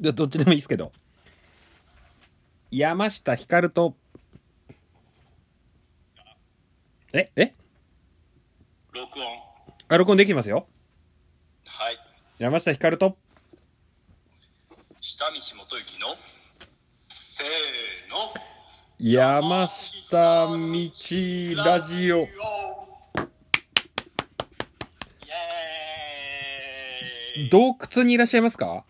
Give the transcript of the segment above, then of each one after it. どどっちでもいいですけど山下ひかるとええ録音あ録音できてますよはい山下ひかると下道元行のせーの山下道ラジオイエーイ洞窟にいらっしゃいますか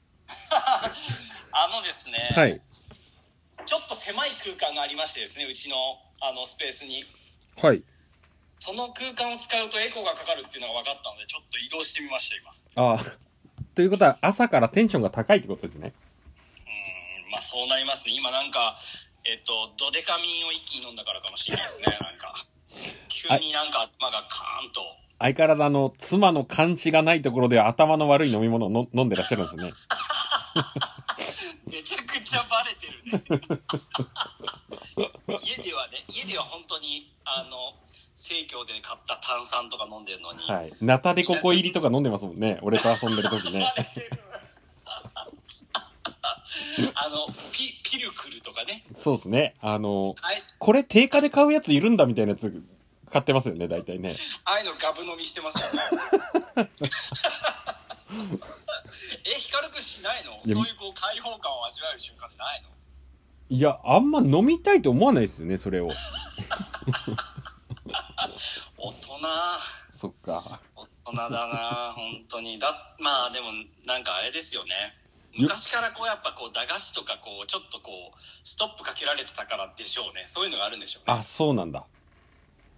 あのですね、はいちょっと狭い空間がありましてですねうちのあのスペースにはいその空間を使うとエコーがかかるっていうのが分かったのでちょっと移動してみました今ああということは朝からテンションが高いってことですねうーんまあそうなりますね今なんかえっとドデカミンを一気に飲んだからかもしれないで すねなんか急になんか頭がカーンと相変わらずあの妻の監視がないところで頭の悪い飲み物をの飲んでらっしゃるんですねめちゃくちゃバレてるね 家ではね家では本当にあの生協で買った炭酸とか飲んでるのに、はいナタデココ入りとか飲んでますもんね俺と遊んでる時ねバレてる あのピピルクルとかねそうですねあのあいこれ定価で買うやついるんだみたいなやつ買ってますよね大体ねああいうのガブ飲みしてますよね。 え、光くんしないのいやそういうこう開放感を味わえる瞬間ってないのいやあんま飲みたいと思わないですよねそれを大人、そっか大人だ な、本当に。だ、まあでもなんかあれですよね。昔からこうやっぱこう駄菓子とかこうちょっとこうストップかけられてたからでしょうね。そういうのがあるんでしょうね。あそうなんだ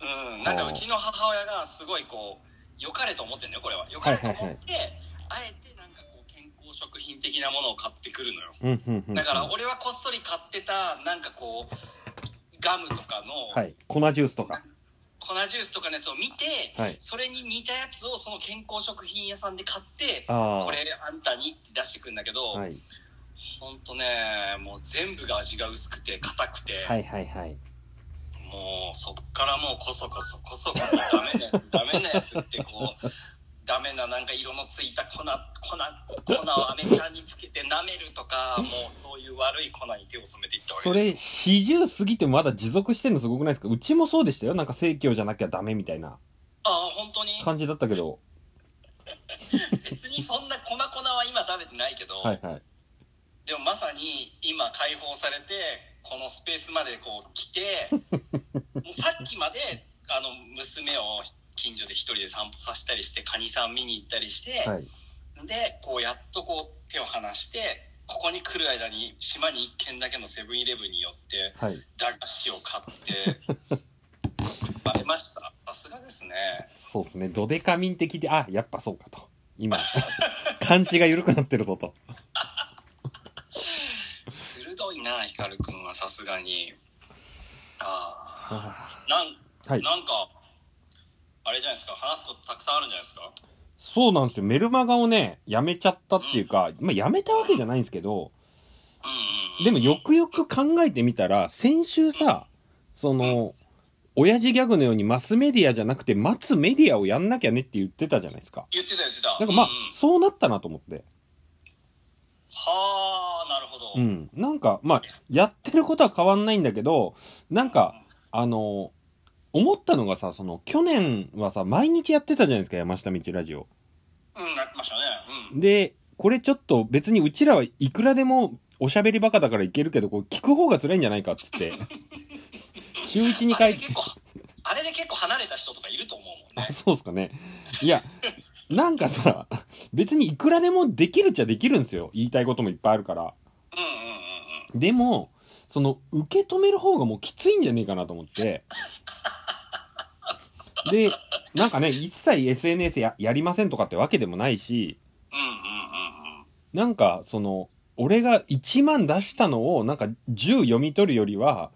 うん、なんかうちの母親がすごいこう良かれと思ってんのよこれは良かれと思って、はいはいあえてなんかこう健康食品的なものを買ってくるのようんうんうんだから俺はこっそり買ってたなんかこうガムとはかのい粉ジュースとか粉ジュースとかのやつを見て、はいそれに似たやつをその健康食品屋さんで買ってあこれあんたにって出してくるんだけど、あ、はい、ほんとねもう全部が味が薄くて硬くて、はいはいはいもうそっからもうこそこそこそこそダメな やつダメなやつってこうダメななんか色のついた粉粉粉をアメちゃんにつけて舐めるとかもうそういう悪い粉に手を染めていったわけそですよれ40過ぎてもまだ持続してんのすごくないですかうちもそうでしたよなんか生協じゃなきゃダメみたいなああ本当に感じだったけど別にそんな粉粉は今食べてないけど、はいはいでもまさに今解放されてこのスペースまでこう 来てもうさっきまであの娘を近所で一人で散歩させたりしてカニさん見に行ったりして、はいでこうやっとこう手を離してここに来る間に島に1軒だけのセブンイレブンに寄ってはい駄菓子を 買ってバレましたさすがですねそうですねドデカミンって聞いてあやっぱそうかと 今監視が緩くなってるぞと鋭いな光くんはさすがにあはあなんいなんかあれじゃないですか話すことたくさんあるんじゃないですかそうなんですよメルマガをねやめちゃったっていうか、まあ、やめたわけじゃないんですけどうんうん、うん、でもよくよく考えてみたら先週さその親父ギャグのようにマスメディアじゃなくて待つメディアをやんなきゃねって言ってたじゃないですか言ってた言ってたなんかまあううんそうなったなと思ってはあなるほど、うんなんかまあやってることは変わんないんだけどなんかあの思ったのがさその去年はさ毎日やってたじゃないですか山下道ラジオうんやってましたねうんでこれちょっと別にうちらはいくらでもおしゃべりバカだからいけるけどこう聞く方が辛いんじゃないかっつって週1にあ回れで結構あれで結構離れた人とかいると思うもんねあそうっすかねいやなんかさ別にいくらでもできるっちゃできるんですよ言いたいこともいっぱいあるからうんうんうんうんでもその受け止める方がもうきついんじゃねえかなと思ってでなんかね一切 SNS ややりませんとかってわけでもないしうんうんうんうんなんかその俺が1万出したのをなんか10読み取るよりは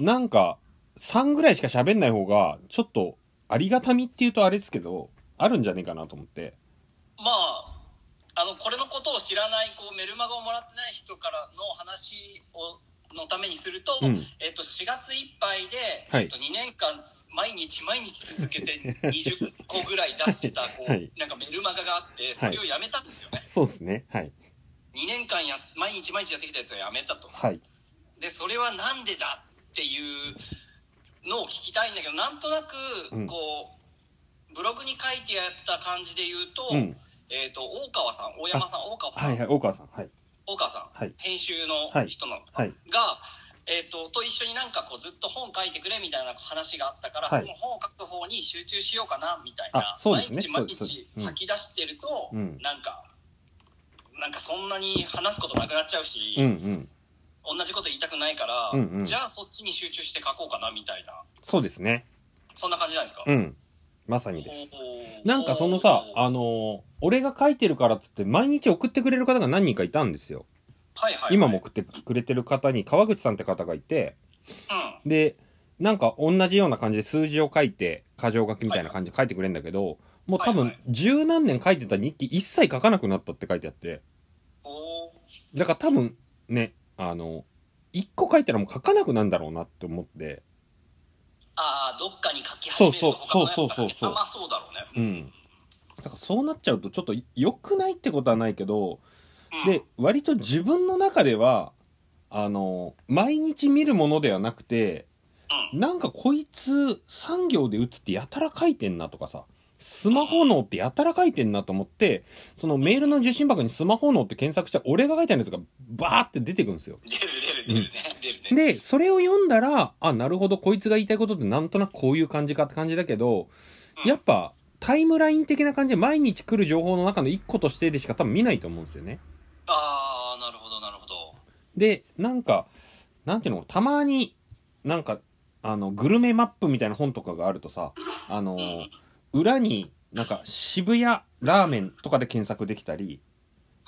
ななんか3ぐらいしか喋んない方がちょっとありがたみっていうとあれですけどあるんじゃねえかなと思ってまああのこれのことを知らないこうメルマガをもらってない人からの話をのためにすると、うんえっと、4月いっぱいで、はいえっと、2年間つ毎日毎日続 けて20個ぐらい出してたこう、はいなんかメルマガがあってそれをやめたんですよね、そうですねはい2年間や毎日毎日やってきたやつをやめたとはい。でそれはなんでだっていうのを聞きたいんだけどなんとなくうんこう、ブログに書いてやった感じで言うと,、うん。えー、と大川さん大山さん大川さん、はいはい、大川さん。はい。大川さん、はい編集の人なの、はい。が、えー、とと一緒になんかこうずっと本書いてくれみたいな話があったから、はいその本を書く方に集中しようかなみたいなあそうですね毎そうですそ日うですうん毎日書き出してると、うんなんかなんかそんなに話すことなくなっちゃうし。うんうん。同じこと言いたくないから、うんうんじゃあそっちに集中して書こうかなみたいなそうですね。そんな感じなんですか、うん。まさにです。ほうなんかそのさ、ほうあのー俺が書いてるからっつって毎日送ってくれる方が何人かいたんですよ。はいはいはい今も送ってくれてる方に川口さんって方がいて、うんで、なんか同じような感じで数字を書いて、箇条書きみたいな感じで書いてくれるんだけど、もう多はい分はい十何年書いてた日記一切書かなくなったって書いてあって、ほうだから多分ね、あの、一個書いたらもう書かなくなんだろうなって思って、ああどっかに書き始めると他のやつそうそうそうそうそうあまあそうだろうねうん。だからそうなっちゃうとちょっと良くないってことはないけど、うんで、割と自分の中では、あの、毎日見るものではなくて、なんかこいつ産業で打つってやたら書いてんなとかさ、スマホ脳ってやたら書いてんなと思って、そのメールの受信箱にスマホ脳って検索したら俺が書いたやつがバーって出てくるんですよ。出る出る出るね、出るねで、それを読んだら、あ、なるほど、こいつが言いたいことってなんとなくこういう感じかって感じだけど、うんやっぱタイムライン的な感じで毎日来る情報の中の一個としてでしか多分見ないと思うんですよね。ああなるほどなるほどで、なんか、なんていうの、たまに、なんか、あの、グルメマップみたいな本とかがあるとさ、あの、ん裏になんか渋谷ラーメンとかで検索できたり、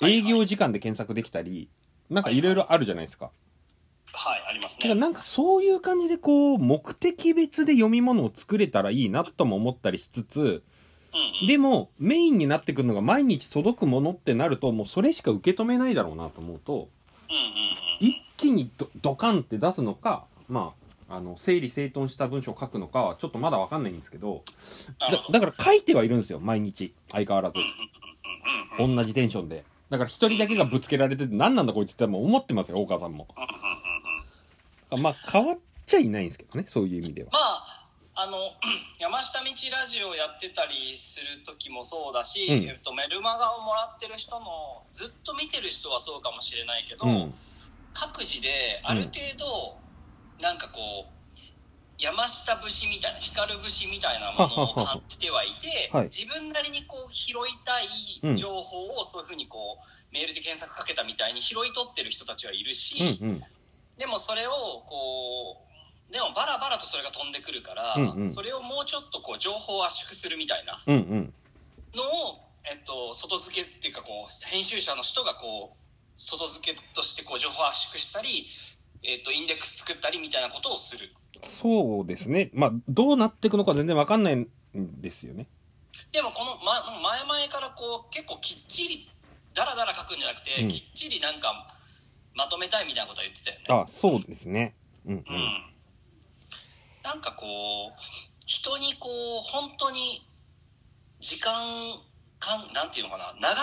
はいはい営業時間で検索できたり、なんかいろいろあるじゃないですか。はいありますだからねなんかそういう感じでこう、目的別で読み物を作れたらいいなとも思ったりしつつ、うんうんでもメインになってくるのが毎日届くものってなると、もうそれしか受け止めないだろうなと思うと、うんうんうん一気にドドカンって出すのか、まあ、あの整理整頓した文章を書くのかはちょっとまだわかんないんですけどなだるほどだから書いてはいるんですよ毎日相変わらずうんうんうんうんうん同じテンションでだから一人だけがぶつけられてて何なんだこいつってもう思ってますよ大川さんもまあ変わっちゃいないんですけどねそういう意味ではまああの 山下道ラジオやってたりする時もそうだし、うんえっと、メルマガをもらってる人のずっと見てる人はそうかもしれないけど、うん各自である程度、なんかこう山下節みたいな光節みたいなものを感じてはい てはい自分なりにこう拾いたうんい情報をそういうふうにこうメールで検索かけたみたいに拾い取ってる人たちはいるし、うんうんでもそれをこうでもバラバラとそれが飛んでくるから、うんうんそれをもうちょっとこう情報を圧縮するみたいなうんうんのを、えっと、外付けっていうかこう編集者の人がこう外付けとしてこう情報を圧縮したり、えっと、インデックス作ったりみたいなことをするそうですねまあどうなっていくのか全然わかんないんですよねでもこの、ま、前々からこう結構きっちりダラダラ書くんじゃなくて、うんきっちりなんかまとめたいみたいなことは言ってたよねあそうですねうんうんなんかこう人にこう本当に時間かんなんていうのかな長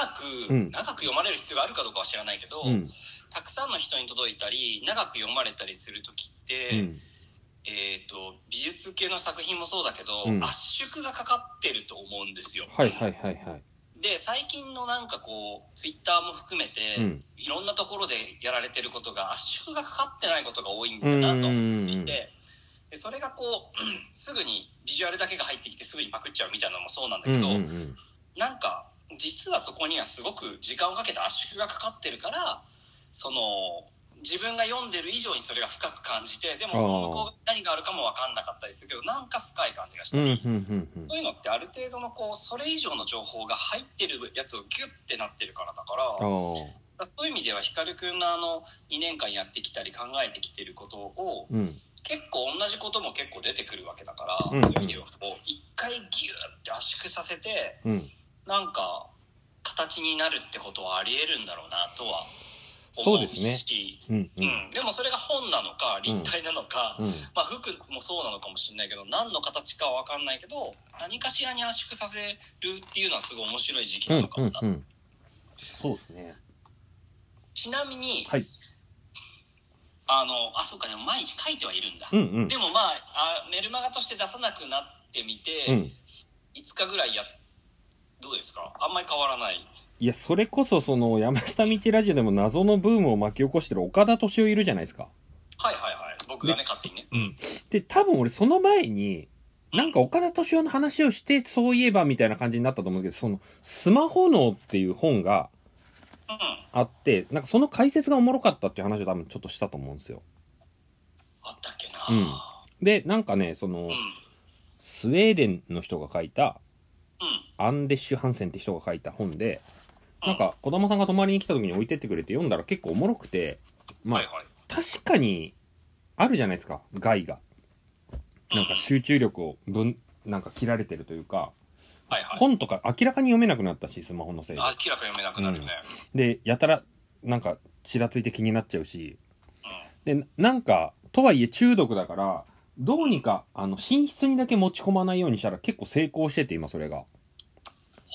く、うん長く読まれる必要があるかどうかは知らないけど、うんうんたくさんの人に届いたり長く読まれたりする時って、うんえー、と美術系の作品もそうだけど、うん圧縮がかかってると思うんですよ。はいはいはいはいで最近のなんかこうツイッターも含めて、うんいろんなところでやられてることが圧縮がかかってないことが多いんだうんうんなとうんうんででそれがこう すぐにビジュアルだけが入ってきてすぐにパクっちゃうみたいなのもそうなんだうんけうんど、うんなんか実はそこにはすごく時間をかけて圧縮がかかってるからその自分が読んでる以上にそれが深く感じてでもその向こうが何があるかも分かんなかったりするけどなんか深い感じがしたうんり、うんうんそういうのってある程度のこうそれ以上の情報が入ってるやつをギュッてなってるからだから。ああそういう意味では光くんのあの2年間やってきたり考えてきてることをうん結構同じことも結構出てくるわけだから、うんそういう意味ではこう一回ギューって圧縮させてうんなんか形になるってことはありえるんだろうなとはそう思でうすねしうんう、んでもそれが本なのか立体なのか、うん、まあ、服もそうなのかもしれないけど何の形かは分かんないけど何かしらに圧縮させるっていうのはすごい面白い時期うなんのかうもんな、うんそうですねちなみに、はいあのあそうかでも毎日書いてはいるんだ、うんうんでもまああメルマガとして出さなくなってみて、うん5日ぐらいやどうですかあんまり変わらないいやそれこそその山下道ラジオでも謎のブームを巻き起こしてる岡田敏夫いるじゃないですかはいはいはい僕がね勝手にねうんで多分俺その前になんか岡田敏夫の話をしてそういえばみたいな感じになったと思うんですけどその「スマホ脳」っていう本がうんあってなんかその解説がおもろかったっていう話を多分ちょっとしたと思うんですよあったっけなうんでなんかねそのうんスウェーデンの人が書いたうんアンデッシュ・ハンセンって人が書いた本でうんなんか子供さんが泊まりに来た時に置いてってくれて読んだら結構おもろくてまあはいはい確かにあるじゃないですか害がなんか集中力を分なんか切られてるというかはいはい本とか明らかに読めなくなったしスマホのせいで明らかに読めなくなるよね、でやたらなんかちらついて気になっちゃうしうんでななんかとはいえ中毒だからどうにかあの寝室にだけ持ち込まないようにしたら結構成功してて今それがほ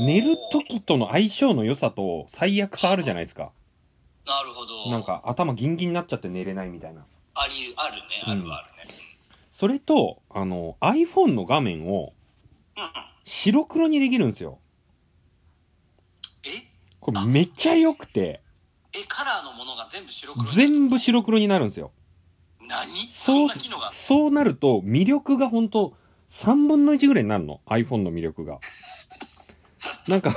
う寝る時との相性の良さと最悪さあるじゃないですかなるほどなんか頭ギンギンになっちゃって寝れないみたいなありあるねあるあるねそれとあの iPhone の画面をうん、白黒にできるんですよえこれめっちゃ良くてえカラーのものが全部白黒に全部白黒になるんですよ何そそんうな機能がそうなると魅力が本当3分の1ぐらいになるの iPhone の魅力がなんか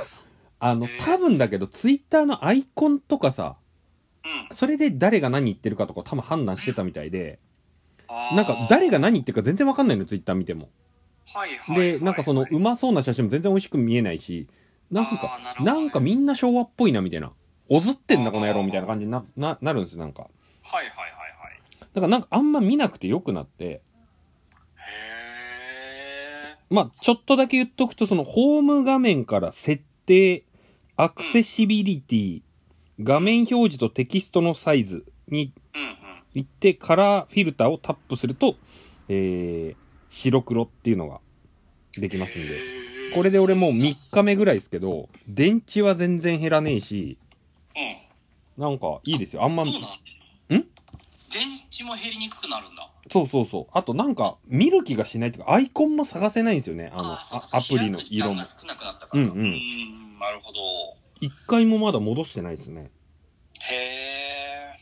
あの多分だけど Twitter のアイコンとかさうんそれで誰が何言ってるかとか多分判断してたみたいであーなんか誰が何言ってるか全然わかんないの Twitter 見てもはいはいはいでなんかそのうまそうな写真も全然美味しく見えないしなんあかーなるほどなねんかみんな昭和っぽいなみたいなおずってんなこの野郎みたいな感じになななるんですよなんかはいはいはいだからなんかあんま見なくてよくなってはいへえまあ、ちょっとだけ言っとくと、その、ホーム画面から設定、アクセシビリティ、画面表示とテキストのサイズにうんうん行って、カラーフィルターをタップすると、えー、白黒っていうのができますんで。へーこれで俺もう3日目ぐらいですけど、電池は全然減らねえし、なんかいいですよ。あんうまん、そうなんん電池も減りにくくなるんだそうそうそう。あとなんか見る気がしないっていうか、アイコンも探せないんですよね。あの、ーそうあかそうアかプリの開く時色間もが。少なくなったからうんうんんなるほど一回もまだ戻してないですね。へえ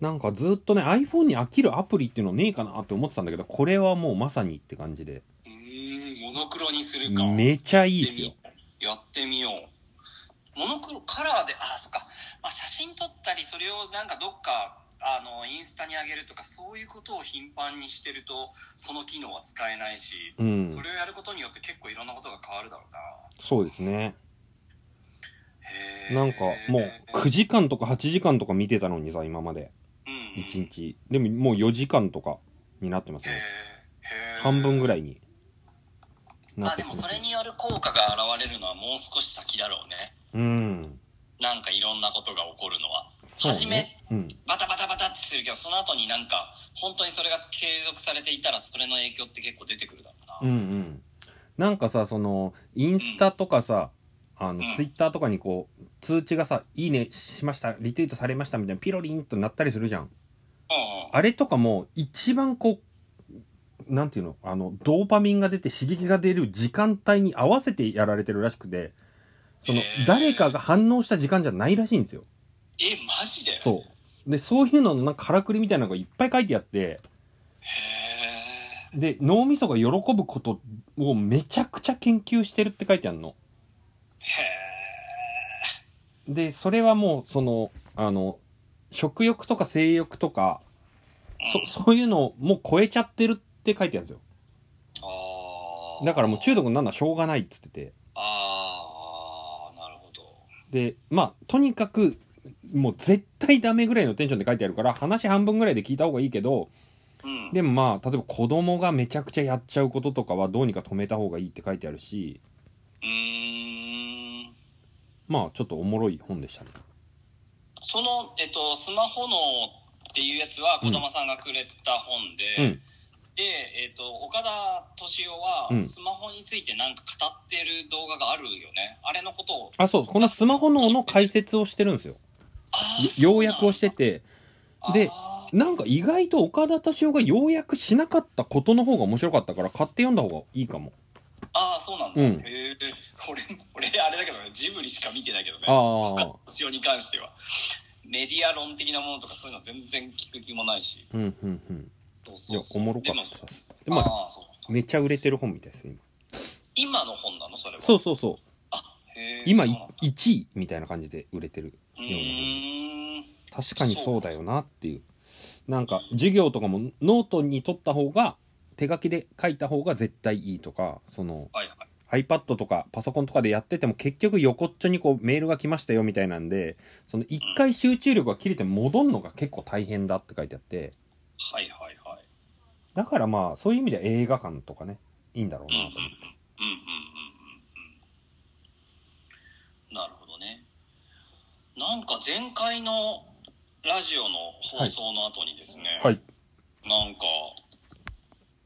なんかずっとね iPhone に飽きるアプリっていうのねえかなって思ってたんだけどこれはもうまさにって感じでうーんモノクロにするかめちゃいいですよやってみようモノクロカラーであそっか、まあ、写真撮ったりそれをなんかどっかあのインスタに上げるとかそういうことを頻繁にしてるとその機能は使えないし、うんそれをやることによって結構いろんなことが変わるだろうなそうですねへーなんかもう9時間とか8時間とか見てたのにさ今までうんうん1日でももう4時間とかになってますへーねへー半分ぐらいになまっあてできもますそれによる効果が現れるのはもう少し先だろうねうんなんかいろんなことが起こるのはそう初めねうんバタバタバタってするけどその後になんか本当にそれが継続されていたらそれの影響って結構出てくるだろうな、うんうんなんかさそのインスタとかさ、あのうんツイッターとかにこう通知がさ「いいねしましたリツイートされました」みたいなピロリンとなったりするじゃんうんうんあれとかも一番こう、なんていうの、あの、ドーパミンが出て刺激が出る時間帯に合わせてやられてるらしくて、そのへー、誰かが反応した時間じゃないらしいんですよ。えマジでそう。で、そういうののなんかからくりみたいなのがいっぱい書いてあって、へで、脳みそが喜ぶことをめちゃくちゃ研究してるって書いてあるの。えへで、それはもう、その、あの、食欲とか性欲とか、そ、そういうのをもう超えちゃってるって書いてあるんですよ。えああだからもう中毒になるのはしょうがないっつってて。ああなるほどでまあとにかくもう絶対ダメぐらいのテンションで書いてあるから話半分ぐらいで聞いた方がいいけどうんでもまあ例えば子供がめちゃくちゃやっちゃうこととかはどうにか止めた方がいいって書いてあるしうーんまあちょっとおもろい本でしたねそのえっとスマホのっていうやつは児玉さんがくれた本で、うんで、えっと岡田敏夫はうんスマホについてなんか語ってる動画があるよね、あれのことをあそうこのスマホ脳の解説をしてるんですよあー要約をしてて、であーなんか意外と岡田敏夫が要約しなかったことの方が面白かったから買って読んだ方がいいかも。あーそうなんだ、うへんえ俺俺あれだけどねジブリしか見てないけどねあ使用に関してはメディア論的なものとかそういうの全然聞く気もないしあ、うんうんうん。そういそやう、そおうもろかでっもたです。でまあ、あーそうめっちゃ売れてる本みたいです、今。今の本なのそれはそうそうそう。へー今、そういなんだ1位みたいな感じで売れてる。うーん確かにそうだよなっていう。なんか、授業とかもノートに取った方が、手書きで書いた方が絶対いいとか、その、はいはい iPad とかパソコンとかでやってても結局横っちょにこうメールが来ましたよみたいなんで、その一回集中力が切れて戻んのが結構大変だって書いてあって、はいはいはいだからまあそういう意味では映画館とかね、いいんだろうなと思って。うんうんうんうんうんなるほどねなんか前回のラジオの放送の後にですね、はいなんか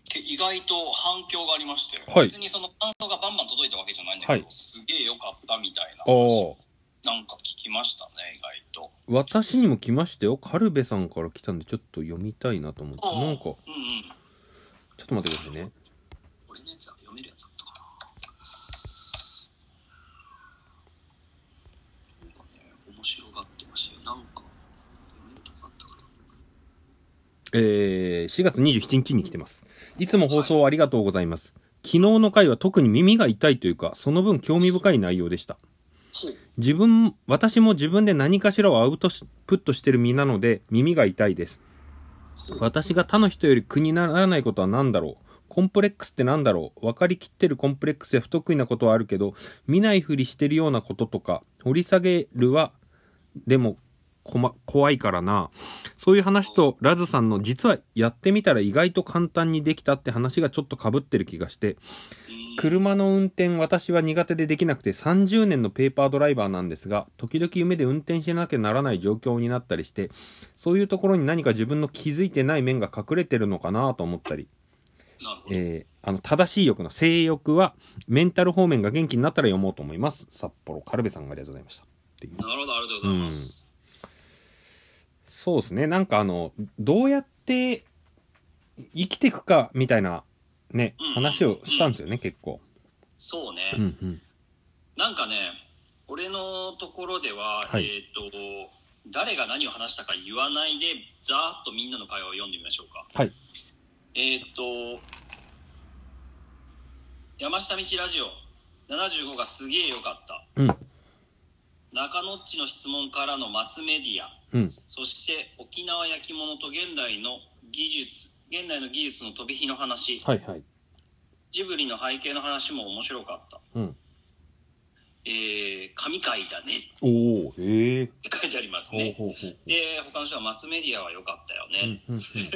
け意外と反響がありまして、はい別にその感想がバンバン届いたわけじゃないんだけど、はいすげえ良かったみたいなああ、なんか聞きましたね意外と私にも来ましたよ。カルベさんから来たんでちょっと読みたいなと思って。なんか、ちょうんうっんと待ってくださいね。俺のやつは読めるやつだったかな。なんかね、面白がってましたよ。なんか、読めるとこあったかな。えー4月27日に来てます。いつも放送ありがとうございます。昨日の回は特に耳が痛いというか、その分興味深い内容でした。ほう。自分、私も自分で何かしらをアウトプットしてる身なので耳が痛いです。私が他の人より苦にならないことは何だろうコンプレックスって何だろう分かりきってるコンプレックスや不得意なことはあるけど、見ないふりしてるようなこととか、掘り下げるは、でも、こま、怖いからな。そういう話と、ラズさんの実はやってみたら意外と簡単にできたって話がちょっと被ってる気がして、車の運転私は苦手でできなくて30年のペーパードライバーなんですが時々夢で運転しなきゃならない状況になったりしてそういうところに何か自分の気づいてない面が隠れてるのかなと思ったり、なるほど。えーあの正しい欲の性欲はメンタル方面が元気になったら読もうと思います札幌カルベさんありがとうございましたっていうなるほど、ありがとうございます。そうですねなんかあのどうやって生きていくかみたいなねうん話をしたんですよね結構そうね。うんうんなんかね、俺のところでは、はいえっ、と、誰が何を話したか言わないで、ざーっとみんなの会話を読んでみましょうか。はい。えっ、と、山下道ラジオ75がすげえ良かった。うん中野っちの質問からの松メディア、うんそして沖縄焼き物と現代の技術、現代の技術の飛び火の話、はいはいジブリの背景の話も面白かった。うんえー、神回だねおおへえって書いてありますほうね。ほうほうで、他の人は松メディアは良かったようね。んうん結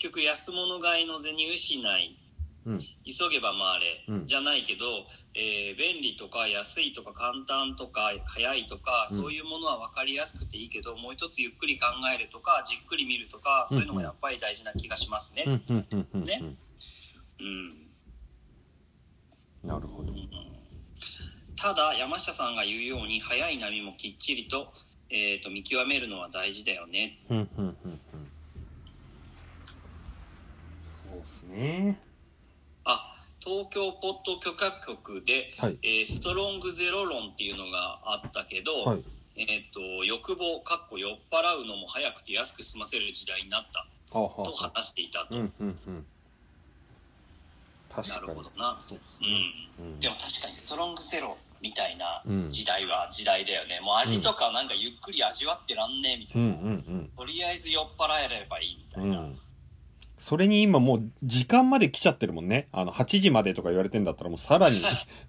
局、安物買いの銭失い、うんうん急げば回れ、うんじゃないけど、えー便利とか安いとか簡単とか早いとか、うんそういうものは分かりやすくていいけど、もう一つゆっくり考えるとか、じっくり見るとか、そういうのがやっぱり大事な気がしますね。うんうんうんうんねうんうんなるほどただ山下さんが言うように速い波もきっちりと,、えー、と見極めるのは大事だよねうんうんうんうんそうっすねあ東京ポッド許可局で、はいえーストロングゼロ論っていうのがあったけど、はいえー、と欲望かっこ酔っ払うのも早くて安く済ませる時代になったはあはあはとあ話していたうと、んうんうん確なるかほにどな、そうっすうねん、うんでも確かにストロングゼロみたいなうん時代は時代だよねもう味とかなんかゆっくり味わってらんねえみたういな、んうんとりあえず酔っ払えればいいみたういんうな、んそれに今もう時間まで来ちゃってるもんねあの8時までとか言われてんだったらもうさら に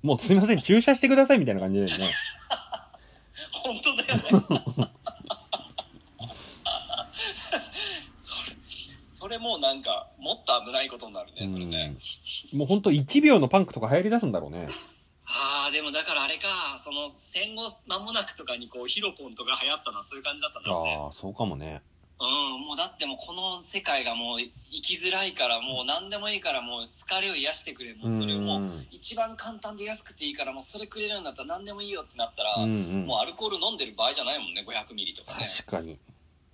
もうすいません駐車してくださいみたいな感じだよね本当だよね それそれもうなんかもっと危ないことになるねそれね、うんもうほんと1秒のパンクとか流行り出すんだろうねああでもだからあれかその戦後間もなくとかにこうヒロポンとか流行ったのはそういう感じだったんだろうねああそうかもねううん、もうだってもうこの世界がもう生きづらいからもう何でもいいからもう疲れを癒してくれもうそれをもううん一番簡単で安くていいからもうそれくれるんだったら何でもいいよってなったら、うんうんもうアルコール飲んでる場合じゃないもんね500ミリとかね確かに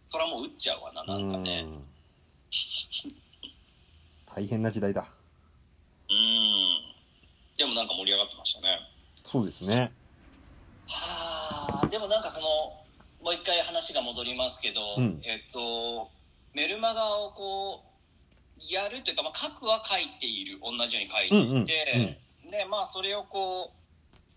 それはもう打っちゃうわななんかねうん大変な時代だうんでもなんか盛り上がってましたねそうですねはあでもなんかそのもう一回話が戻りますけど、うんえっとメルマガをこうやるというか、まあ、書くは書いている同じように書いていて、うんうんうんでまあそれをこう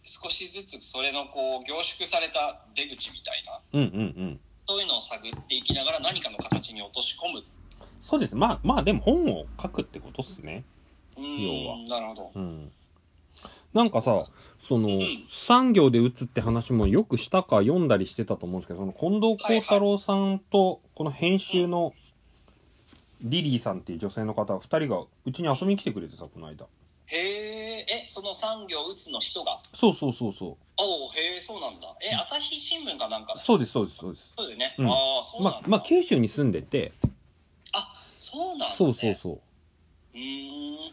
少しずつそれのこう凝縮された出口みたいなうんうんうんそういうのを探っていきながら何かの形に落とし込むそうですまあまあでも本を書くってことっすねうん要はなるほどうんなんかさその、ん産業で打つって話もよくしたか読んだりしてたと思うんですけどその近藤幸太郎さんとこの編集のリリーさんっていう女性の方2人がうちに遊びに来てくれてさこの間へええその産業打つの人がそうそうそうそおおへえそうなんだえ朝日新聞かなんかうだそうですそうですそうですそうだよね、うんああそうなんまだ、まあ九州に住んでてそうなんだ、ね、そうそうそううーんう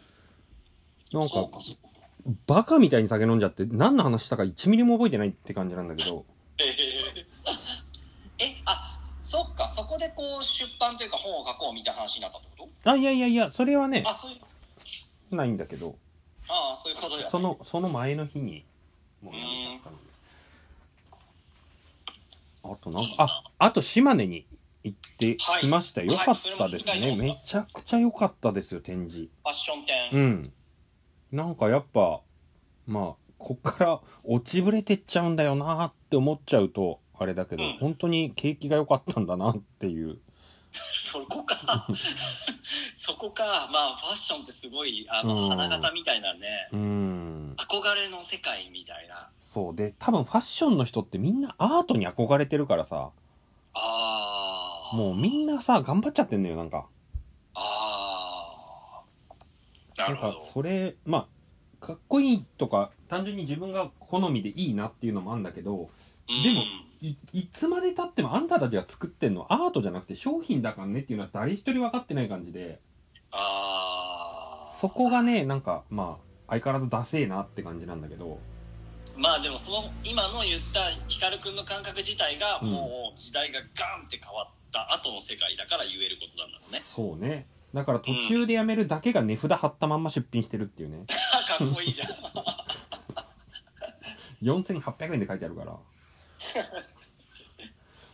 なんそかうかそうかバカみたいに酒飲んじゃって何の話したか1ミリも覚えてないって感じなんだけどえー えあそっかそこでこう出版というか本を書こうみたいな話になったってことあいやいやいやそれはねあそういうないんだけどああそういうことだよそのその前の日にもうやめちゃったのであとなんかああと島根に行ってきました、はいよかったですはね、いそれも聞きたいと思っめちゃくちゃ良かったですよ展示ファッション展、うんなんかやっぱまあこっから落ちぶれてっちゃうんだよなって思っちゃうとあれだけど、うん本当に景気が良かったんだなっていうそこか そこかまあファッションってすごいあのうん花形みたいなねうん憧れの世界みたいなそうで多分ファッションの人ってみんなアートに憧れてるからさああもうみんなさ頑張っちゃってんのよなんかああななるんほかどそれまあかっこいいとか単純に自分が好みでいいなっていうのもあるんだけどうんでもいいつまでたってもあんたたちが作ってんのアートじゃなくて商品だからねっていうのは誰一人分かってない感じでああそこがねなんかまあ相変わらずダセえなって感じなんだけどまあでもその今の言った光くんの感覚自体がうんもう時代がガンって変わった後の世界だから言えることなんだろうね そうねだから途中でやめるだけが値札貼ったまんま出品してるっていうねかっこ いいじゃん4800円で書いてある から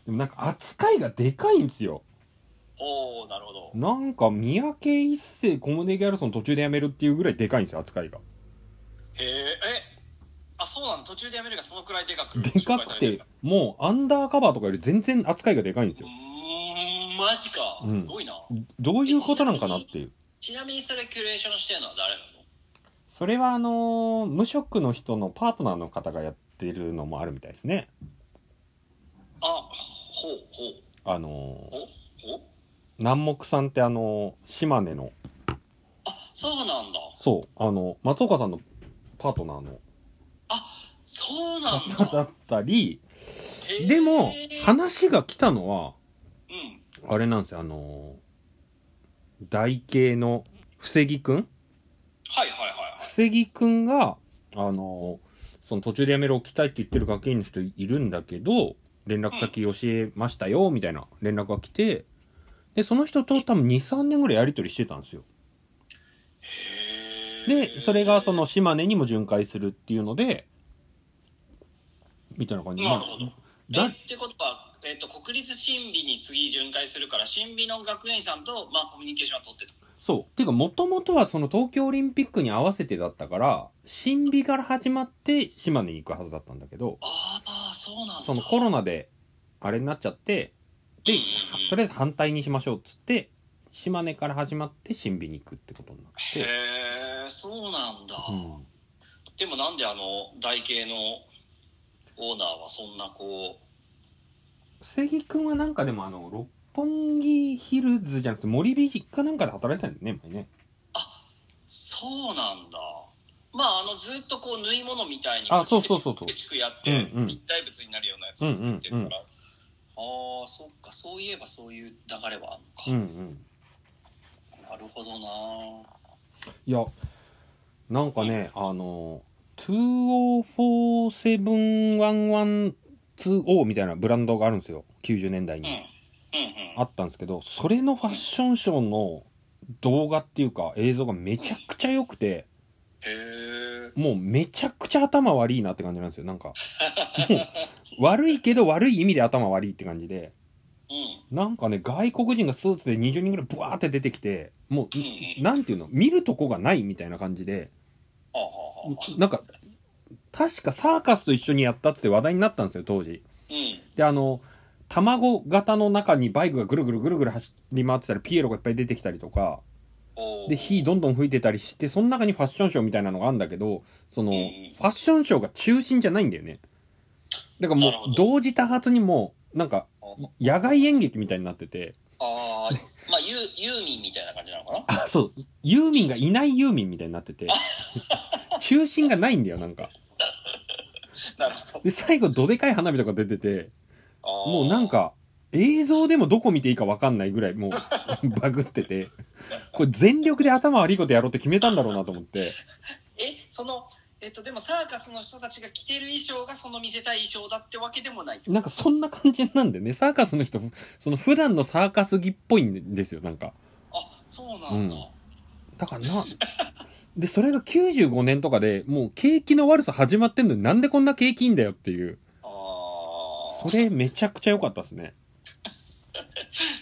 でもなんか扱いがでかいんですよおおなるほどなんか三宅一生コムデギャルソン途中でやめるっていうぐらいでかいんですよ扱いがへええあそうなの途中でやめるがそのくらいでかくでか紹介さくれるんてだもうアンダーカバーとかより全然扱いがでかいんですうよーんマジかうんすごいな、どういうことなんかなっていうちなみにそれキュレーションしてるのは誰なのそれはあのー無職の人のパートナーの方がやってるのもあるみたいですねあほうほうあのーほうほう南木さんってあのー島根のあそうなんだそうあの松岡さんのパートナーのそうなん方だだったりへえでもう話が来たのはんあれなんですよあのー台形の布ぎくんはいはいはいはい布ぎくんがあのーその途中で辞める置きたいって言ってる学員の人いるんだけど連絡先教えましたよみたいな連絡が来てでその人と多分23年ぐらいやり取りしてたんですよでそれがその島根にも巡回するっていうのでみたいな感じなるほどだえってことは、えっと国立神美に次巡回するから神美の学園さんと、まあ、コミュニケーションを取ってとそう。ていうか、もともとはその東京オリンピックに合わせてだったから、新美から始まって島根に行くはずだったんだけど、ああそうなんだそのコロナであれになっちゃって、で、うんとりあえず反対にしましょうっつって、島根から始まって新美に行くってことになって、へえそうなんだ、うん、でもなんであの台形のオーナーはそんなこう布施くんはなんかでもあの、六本木ヒルズじゃなくて森美かなんかで働いてたんだよね、前ね。そうなんだまああのずっとこう縫い物みたいにあそうそうそうそうチクチクやってうんうん立体物になるようなやつを作ってるから、ああ、そっか、そういえばそういう流れはあうるんうのか。ん。なるほどな。いや、なんかね、あの、20471120みたいなブランドがあるんですよ。90年代うん。うに。んうん。あったんですけど、それのファッションショーの動画っていうか映像がめちゃくちゃ良くて、へえ。もうめちゃくちゃ頭悪いなって感じなんですよ。なんか、もう悪いけど悪い意味で頭悪いって感じで、うん。なんかね、外国人がスーツで20人ぐらいブワーって出てきて、もうんうう、んなんていうの、見るとこがないみたいな感じで、はあはあはあ。なんか、確かサーカスと一緒にやったっつって話題になったんですよ、当時。うん。で、あの、卵型の中にバイクがぐるぐるぐるぐる走り回ってたり、ピエロがいっぱい出てきたりとか、おーで、火どんどん吹いてたりして、その中にファッションショーみたいなのがあるんだけど、その、うフんァッションショーが中心じゃないんだよね。だからもうなるほ、ど同時多発にもう、なんか、野外演劇みたいになってて、ああ、まあユーユーミンみたいな感じなのかなあ、そう、ユーミンがいないユーミンみたいになって て、中心がないんだよ、なんか。な るほど。で、最後、どでかい花火とか出てて、あーもうなん、か、映像でもどこ見ていいかわかんないぐらい、もう、 バグってて、これ全力で頭悪いことやろうって決めたんだろうなと思って、え、その、えっと、でもサーカスの人たちが着てる衣装がその見せたい衣装だってわけでもないってなんかそんな感じなんでね、サーカスの人、その普段のサーカス着っぽいんですよ、なんか。あ、そうなんだ。うんだからな、で、それが95年とかでもう景気の悪さ始まってんのになんでこんな景気いいんだよっていう、ああ、それめちゃくちゃ良かったですね。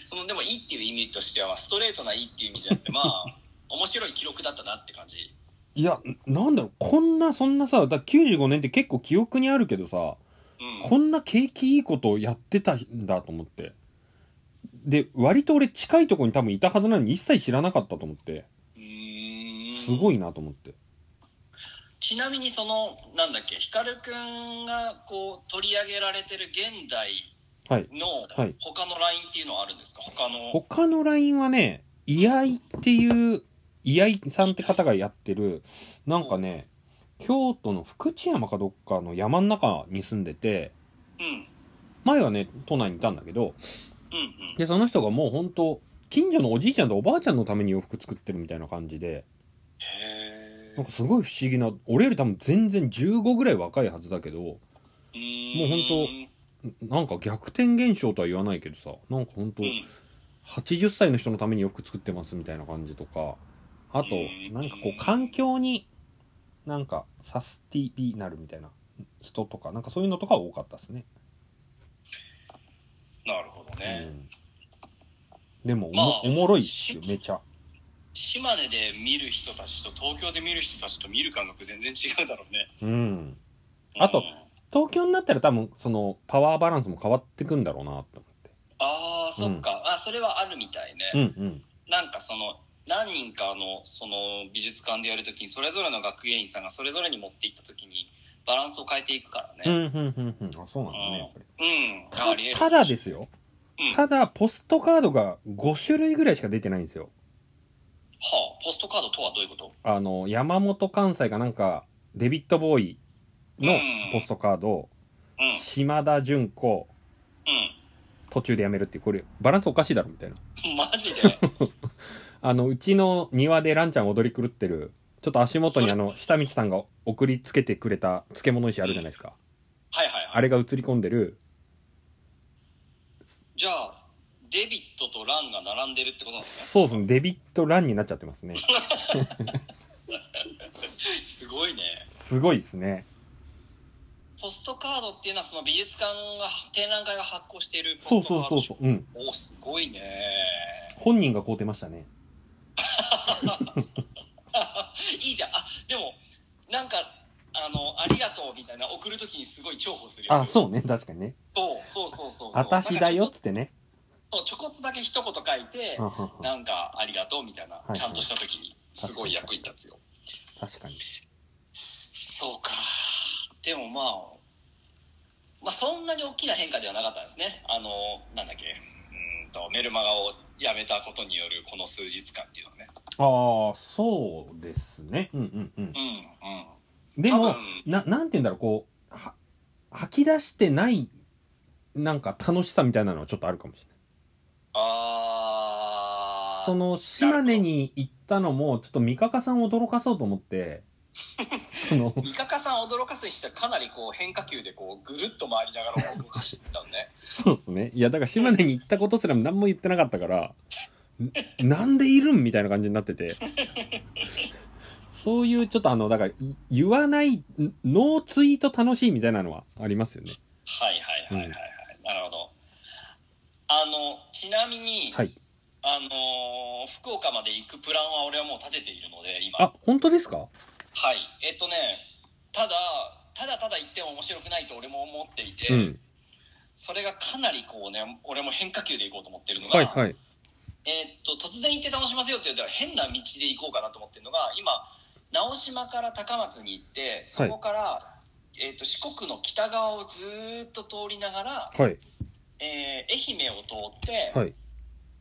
そのでもいいっていう意味としては、ストレートないいっていう意味じゃなくて、まあ、面白い記録だったなって感じ。いや、なんだろう、こんな、そんなさ、だから95年って結構記憶にあるけどさ、うん。こんな景気いいことをやってたんだと思って。で、割と俺近いとこに多分いたはずなのに一切知らなかったと思って、うーんすごいなと思って。ちなみにそのなんだっけ光くんがこう取り上げられてる現代はい。のはい他のラインっていうのはあるんですか他の他の LINE はね、居合っていう、居合さんって方がやってる、なんかね、京都の福知山かどっかの山の中に住んでて、うんうん前はね、都内にいたんだけど、うんで、その人がもう本当近所のおじいちゃんとおばあちゃんのために洋服作ってるみたいな感じで、へえなんかすごい不思議な、俺より多分全然15ぐらい若いはずだけど、もう本なんか逆転現象とは言わないけどさ、なんかほんとう、ん80歳の人のためによく作ってますみたいな感じとか、あとう、んなんかこう環境に、なんかサスティビなるみたいな人とか、なんかそういうのとかは多かったですね。なるほどうね、ん。でもおも、まあおもろいっすよ、めちゃ。島根で見る人たちと東京で見る人たちと見る感覚全然違うだろうねうん。あとうん東京になったら多分、その、パワーバランスも変わってくんだろうなって思って。ああそっか、あそれはあるみたいね、うんうん。なんかその何人かのその美術館でやるときにそれぞれの学芸員さんがそれぞれに持っていったときにバランスを変えていくからうんねうんうんうん。あ、そうなんだね、やっぱり。うん、ありえるただですよ、うんはただポストカードが5種類ぐらいしか出てないんですよあポストカードとはどういうことあの山本関西がなんかデビッド・ボーイのうんポストカード、うんうん島田純子途中でやめるっていうこれバランスおかしいだろみたいな マジ であのうちの庭でランちゃん踊り狂ってるちょっと足元にあの下道さんが送りつけてくれた漬物石あるじゃないですか、はいはいはあいれが映り込んでるじゃあデビットとランが並んでるってこと なんですそうですねデビッド・ランになっちゃってますねねすごいねすごいですねポストカードっていうのはその美術館が展覧会が発行しているそポうスそトうカーそドうそううんおすごいね 本人が買うてましたねいいじゃんあでもなんかあのありがとうみたいな送るときにすごい重宝するやつあそうね確かにねそうそうそうそうそうあたしだよっつってね。そうちょこっとだけ一言書いて、うんうんうんなんかありがとうみたいな、いはいちゃんとした時にすごい役に立つよ確かに。そうかでもまあまあそんなに大きな変化ではなかったですねあのなんだっけうーんとメルマガをやめたことによるこの数日間っていうのはねああ、そうですね。うんうんうんうんうん。で多も分、な、なんて言うんだろう、こう、は、吐き出してないなんか楽しさみたいなのはちょっとあるかもしれない。あーその、島根に行ったのも、ちょっと三鷹さんを驚かそうと思って、その、三鷹さんを驚かすにしてはかなりこう変化球でこうぐるっと回りながら動かしてった のねそうですね。いや、だから島根に行ったことすら何も言ってなかったから、んなんでいるんみたいな感じになってて。そういうちょっとあの、だから、い言わない、んノーツイート楽しいみたいなのはありますよね。はいはいはいはいはい、なるほどあのちなみに、はい。あのー福岡まで行くプランは俺はもう立てているので今あ、本当ですかはいえっとねただただただ言っても面白くないと俺も思っていて、うん。それがかなりこうね俺も変化球で行こうと思ってるのが、はいはい。えーっと突然行って楽しませようって言うと変な道で行こうかなと思ってるのが今直島から高松に行ってそこから、えーっと四国の北側をずーっと通りながら、はい。えー愛媛を通って、はい。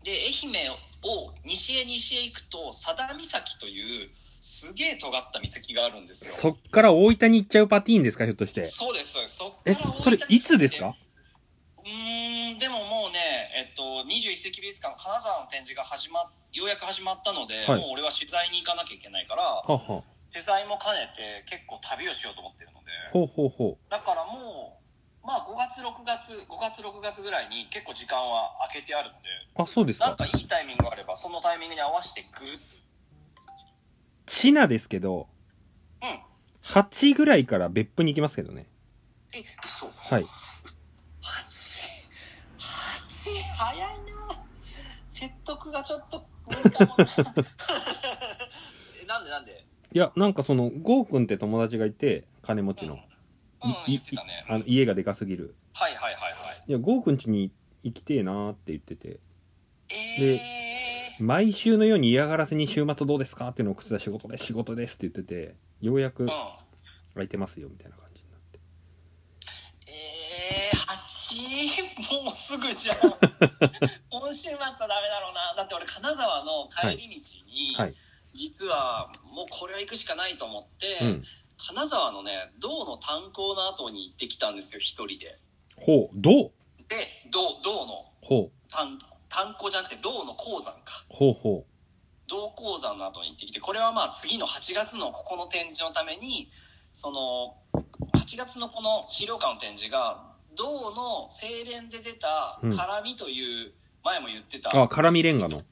で愛媛を西へ西へ行くと佐田岬というすげえ尖った岬があるんですそよ。っから大分に行っちゃうパティーンですかひょっとして。そうですそうですそっからえ、大分それいつですかうーんでももうね、えっと、21世紀美術館金沢の展示が始まようやく始まったので、はいもう俺は取材に行かなきゃいけないからはは。取材も兼ねて結構旅をしようと思ってるのでほうほうほだからもう、まあ、5月6月5月6月ぐらいに結構時間は空けてあるのでう。あ、そうですなんかかいいタイミングがあればそのタイミングに合わせてぐるっチナですけど、うん8ぐらいから別府に行きますけどね。え嘘はい。八八早いな説得がちょっと無理かもな えなんでなんでいや、なんかその、ゴーくんって友達がいて、金持ちの。うん、うん、いい言ってたねあの家がでかすぎる。はいはいはいはいや、ゴーくん家に行きてえなーって言ってて、いええ毎週のように嫌がらせに週末どうですかっていうのを口出し仕事です、仕事ですって言ってて、ようやー、うくん空いてますよみたいな感じになって。えー、八もうすぐじゃん今週末はダメだろうなだって俺金沢の帰り道に、はいはい実はもうこれは行くしかないと思って、うん。金沢のね銅の炭鉱の後に行ってきたんですよ一人でほう、どうで銅銅のほう、炭炭鉱じゃなくて銅の鉱山かほうほ銅鉱山の後に行ってきてこれはまあ次の8月のここの展示のためにその8月のこの資料館の展示が銅の精錬で出たうん辛みという、前も言ってたう。あ、辛味レンガの。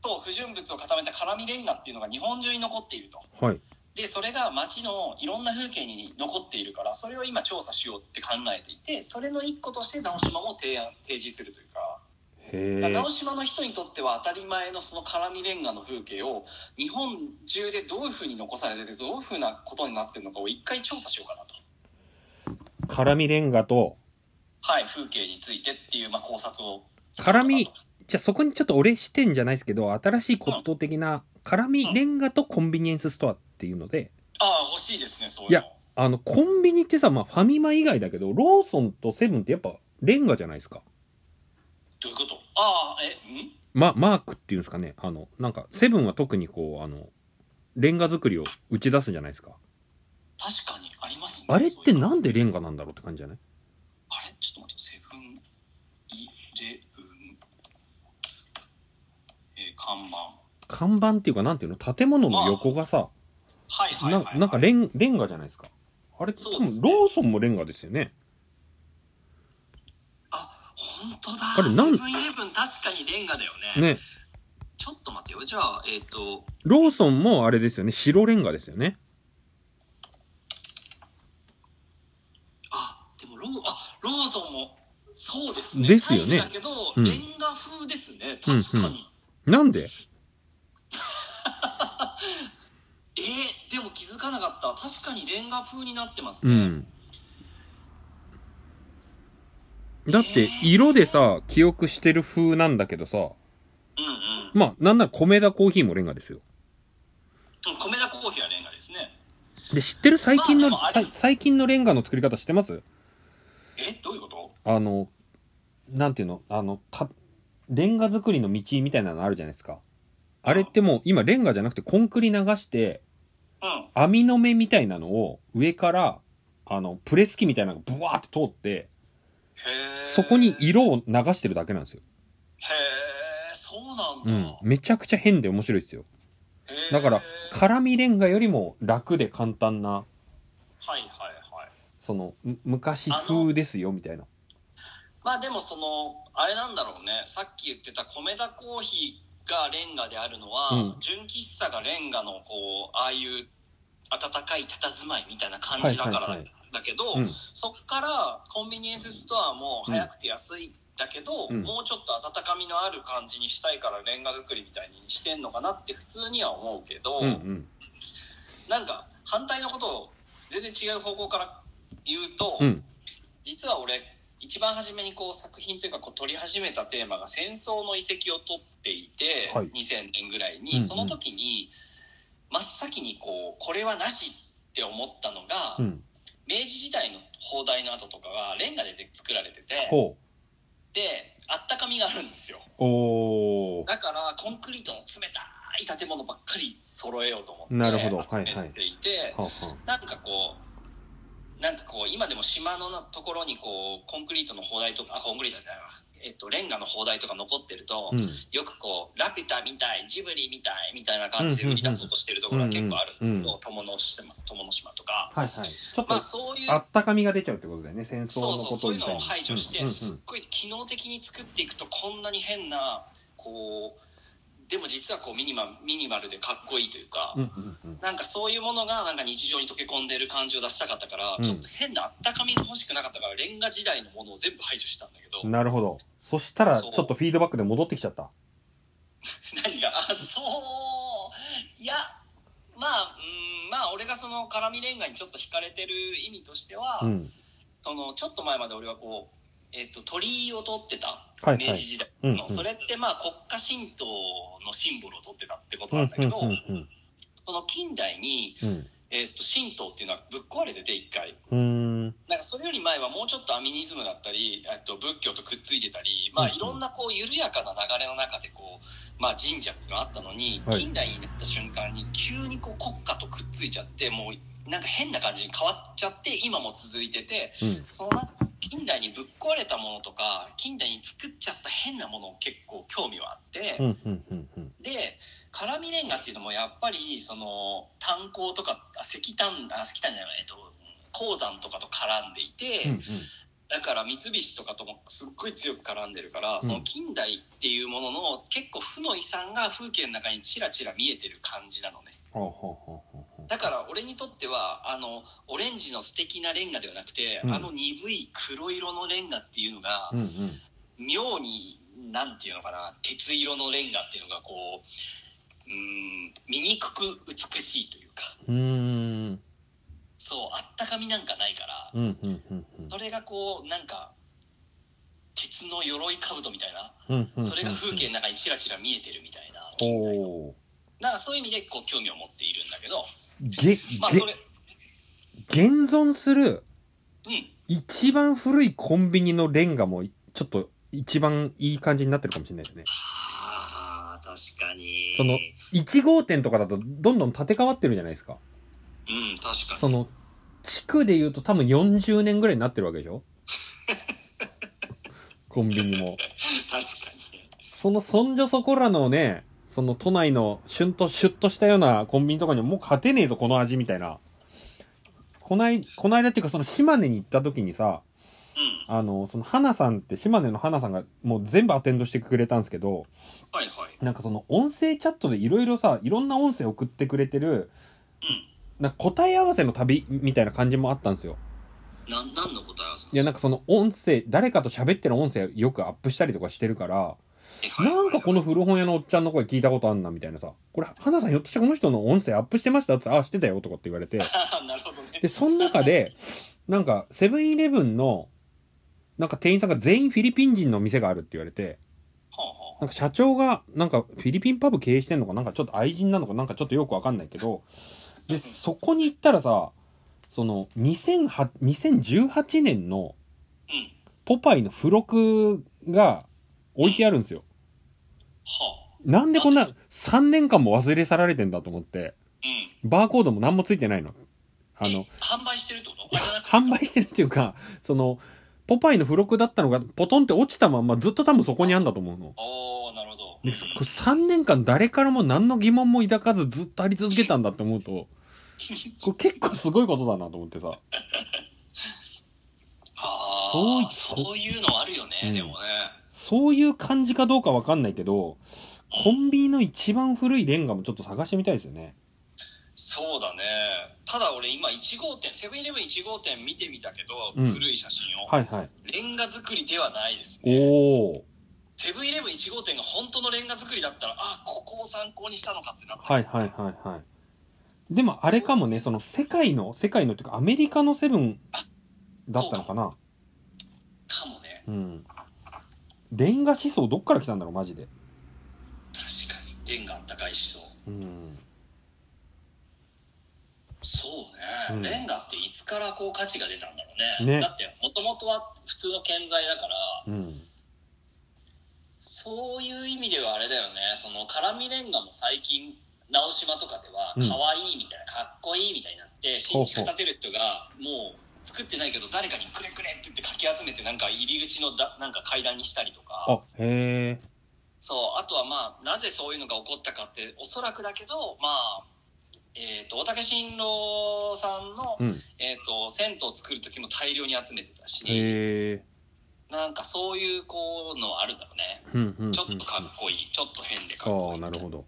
と不純物を固めた辛みレンガっていうのが日本中に残っているとはい。でそれが町のいろんな風景に残っているからそれを今調査しようって考えていてそれの一個として直島も提案提示するというかへだからえ直。島の人にとっては当たり前のその辛みレンガの風景を日本中でどういうふうに残されててどういうふうなことになってるのかを一回調査しようかなと、辛味レンガと、はい、風景についてっていうまあ考察を辛みじゃあそこにちょっと俺視点じゃないですけど、新しい骨董的な辛味レンガとコンビニエンスストアっていうので、ああ欲しいですねそういういのやあの、コンビニってさ、まあ、ファミマ以外だけど、ローソンとセブンってやっぱ、レンガじゃないですか。どういうことああえんま、マークっていうんですかね。あの、なんか、セブンは特にこう、あの、レンガ作りを打ち出すじゃないですか。確かにありますねあれっそうていうのなんでレンガなんだろうって感じじゃないあれちょっと待ってセブンイレブンえー看板看板っていうか、なんていうの建物の横がさ、はいはいはい、は、ないなんかレン、レンガじゃないですか。あれ、そ多うです分ねローソンもレンガですよね。あ本当だあれなんセブンイレブン確かにレンガだよねね。ちょっと待ってよ。じゃあ、えっ、と、ローソンもあれですよね。白レンガですよね。あ、でもロー、あ、ローソンも、そうですね。ですよねタイルだけど、うんレンガ風ですね。確うかに。んうんなんでえーでも気づかなかった。確かにレンガ風になってますうね。ん。だって、色でさ、記憶してる風なんだけどさ、うんうんまあ、なんなら米田コーヒーもレンガですよ。うん。米田コーヒーはレンガですね。で、知ってる最近の、まあでもあれさい最近のレンガの作り方知ってますえ、どういうことあの、なんていうのあの、た、レンガ作りの道みたいなのあるじゃないですか。あれってもう、今レンガじゃなくてコンクリ流して、うん。網の目みたいなのを上から、あの、プレス機みたいなのがブワーって通って、へえ。そこにへえ、色を流してるだけなんですよ。そうなんうだ。ん。めちゃくちゃ変で面白いですよ。へえだからはい、辛味レンガよりも楽で簡単な、はいはい。その、む昔風ですよ、みたいな。まあでもその、あれなんだろうね。さっき言ってた米田コーヒーがレンガであるのは、うん純喫茶がレンガのこう、ああいう温かい佇まいみたいな感じだから、はいはいはいだけど、うん。そっからコンビニエンスストアも早くて安いだけど、うんもうちょっと温かみのある感じにしたいからレンガ作りみたいにしてんのかなって普通には思うけど、うんうん。なんか反対のことを全然違う方向から言うと、うん。実は俺一番初めにこう作品というかこう取り始めたテーマが戦争の遺跡を取っていて、はい2000年ぐらいに、うんうんその時に真っ先にこうこれはなしって思ったのが、うん。明治時代の砲台の跡とかがレンガで作られててほであったかみがあるんですよう。おー。だからコンクリートの冷たい建物ばっかり揃えようと思ってなるほど集めはいはいていて、はあ、はなんかこうなんかこう今でも島のなところにこうコンクリートの砲台とかあコンクリートじゃないわ、えっと、レンガの砲台とか残ってると、あ。うん。よくこうラピュタみたいジブリみたいみたいな感じで売り出そうとしてるところが結構あるんですけど、うんうん友の島友の島とか、はいはい。ちょっまあと、そういうあったかみが出ちゃうってことだよね、戦争そうのそうこそとういみうたいのをに。排除して、うんうんすっごい機能的に作っていくとこんなに変なこうでも実はこうミニマミニマルでかっこいいというか、うんうんうん。なんかそういうものがなんか日常に溶け込んでる感じを出したかったから、うんちょっと変なあったかみが欲しくなかったからレンガ時代のものを全部排除したんだけど、なるほど。そしたら、ちそうょっとフィードバックで戻ってきちゃった。何があそういやまあうんまあ俺がその辛みレンガにちょっと惹かれてる意味としては、うん。そのちょっと前まで俺はこう、えっと鳥居を取ってたはいはい明治時代うの、んうんそれってまあ国家神道のシンボルを取ってたってことうんなうんだけんど、うんその近代に、うん。えっと神道っていうのはぶっ壊れてて一回うん。うなんかそれより前はもうちょっとアミニズムだったり、えっと、仏教とくっついてたり、まあ、うんうんいろんなこう緩やかな流れの中でこう、まあ、神社っていうのがあったのに、はい近代になった瞬間に急にこう国家とくっついちゃってもうなんか変な感じに変わっちゃって今も続いててーん。そのなんか近代にぶっ壊れたものとか近代に作っちゃった変なものを結構興味はあって。うんうんうんうん。で辛味レンガっていうのもやっぱりその炭鉱とかあ石炭あ石炭じゃないえっと鉱山とかと絡んでいて、うんうんだから三菱とかともすっごい強く絡んでるから、んその近代っていうものの結構負の遺産が風景の中にちらちら見えてる感じなのねほうほうほうほうほだから俺にとってはあのオレンジの素敵なレンガではなくて、うんあの鈍い黒色のレンガっていうのがう。うんうん。妙になんていうのかな鉄色のレンガっていうのがこううーん醜く美しいというかうーん。そうあったかみなんかないからうんうんうんうん。それがこうなんか鉄の鎧兜みたいなうんうん。それが風景の中にちらちら見えてるみたいな近代のほう。だからそういう意味でこう興味を持っているんだけどげ、げ、まあそれ現存するうん一番古いコンビニのレンガも、ちょっと一番いい感じになってるかもしれないですね。あー確かにその1号店とかだとどんどん建て替わってるじゃないですか。うん確かにその、地区で言うと多分40年ぐらいになってるわけでしょコンビニも。確かにねそのそんじょそこらのね、その都内のシュンと、シュッとしたようなコンビニとかにはもう勝てねえぞ、この味みたいな。こない、こないだっていうかその島根に行った時にさ、うんあの、その花さんって島根の花さんがもう全部アテンドしてくれたんですけど、はいはいなんかその音声チャットでいろいろさ、いろんな音声送ってくれてる、なんか答え合わせの旅みたいな感じもあったんですよ。うんなん何の答え合わせいや、なんかその音声、誰かと喋ってる音声よくアップしたりとかしてるから、なんかこの古本屋のおっちゃんの声聞いたことあんなみたいなさ、これ、花さんひょっとしてこの人の音声アップしてましたって、あ、してたよとかって言われて、 あーなるほどね。で、その中で、なんか、セブンイレブンの、なんか店員さんが全員フィリピン人の店があるって言われて、はあはあなんか社長が、なんかフィリピンパブ経営してんのか、なんかちょっと愛人なのか、なんかちょっとよくわかんないけど、で、そこに行ったらさ、その、2008 2018年の、うん。ポパイの付録が置いてあるんですよ。はあ。なんでこんな3年間も忘れ去られてんだと思って、うん。バーコードも何もついてないの。あのえ、販売してるってことあじゃなくて。販売してるっていうか、その、ポパイの付録だったのが、ポトンって落ちたまんま、ずっと多分そこにあんだと思うの。おー、なるほど。で、これ3年間誰からも何の疑問も抱かずずっとあり続けたんだって思うと、これ結構すごいことだなと思ってさ。あそういあ、そういうのあるよね、うんでもね。そういう感じかどうかわかんないけど、コンビニの一番古いレンガもちょっと探してみたいですよね。そうだね。ただ俺今1号店、セブンイレブン1号店見てみたけど、うん古い写真を、はいはい。レンガ作りではないですね。おー。セブンイレブン1号店が本当のレンガ作りだったら、あ、ここを参考にしたのかってなった。はいはいはいはい。でもあれかもね、その世界の、世界のっていうかアメリカのセブンだったのかな。かもね。うん。レンガ思想どっから来たんだろう、マジで。確かに。レンガあったかいしそう。うん。そうね、うんレンガっていつからこう価値が出たんだろうねねだってもともとは普通の建材だかうらん。そういう意味ではあれだよねその絡みレンガも最近直島とかではうん可愛いみたいな、かっこいいみたいになって新築建てる人がもう作ってないけど誰かにくれくれって言ってかき集めてなんか入り口のだなんか階段にしたりとかあ、へえ。そうあとはまあなぜそういうのが起こったかっておそらくだけどまあえー、と大竹新郎さんのうん。えー、と銭湯を作る時も大量に集めてたしへえ。なんかそういうこうのあるんだろうねうんうんうん。ちょっとかっこいいちょっと変でかっあこあ、いいなるほど。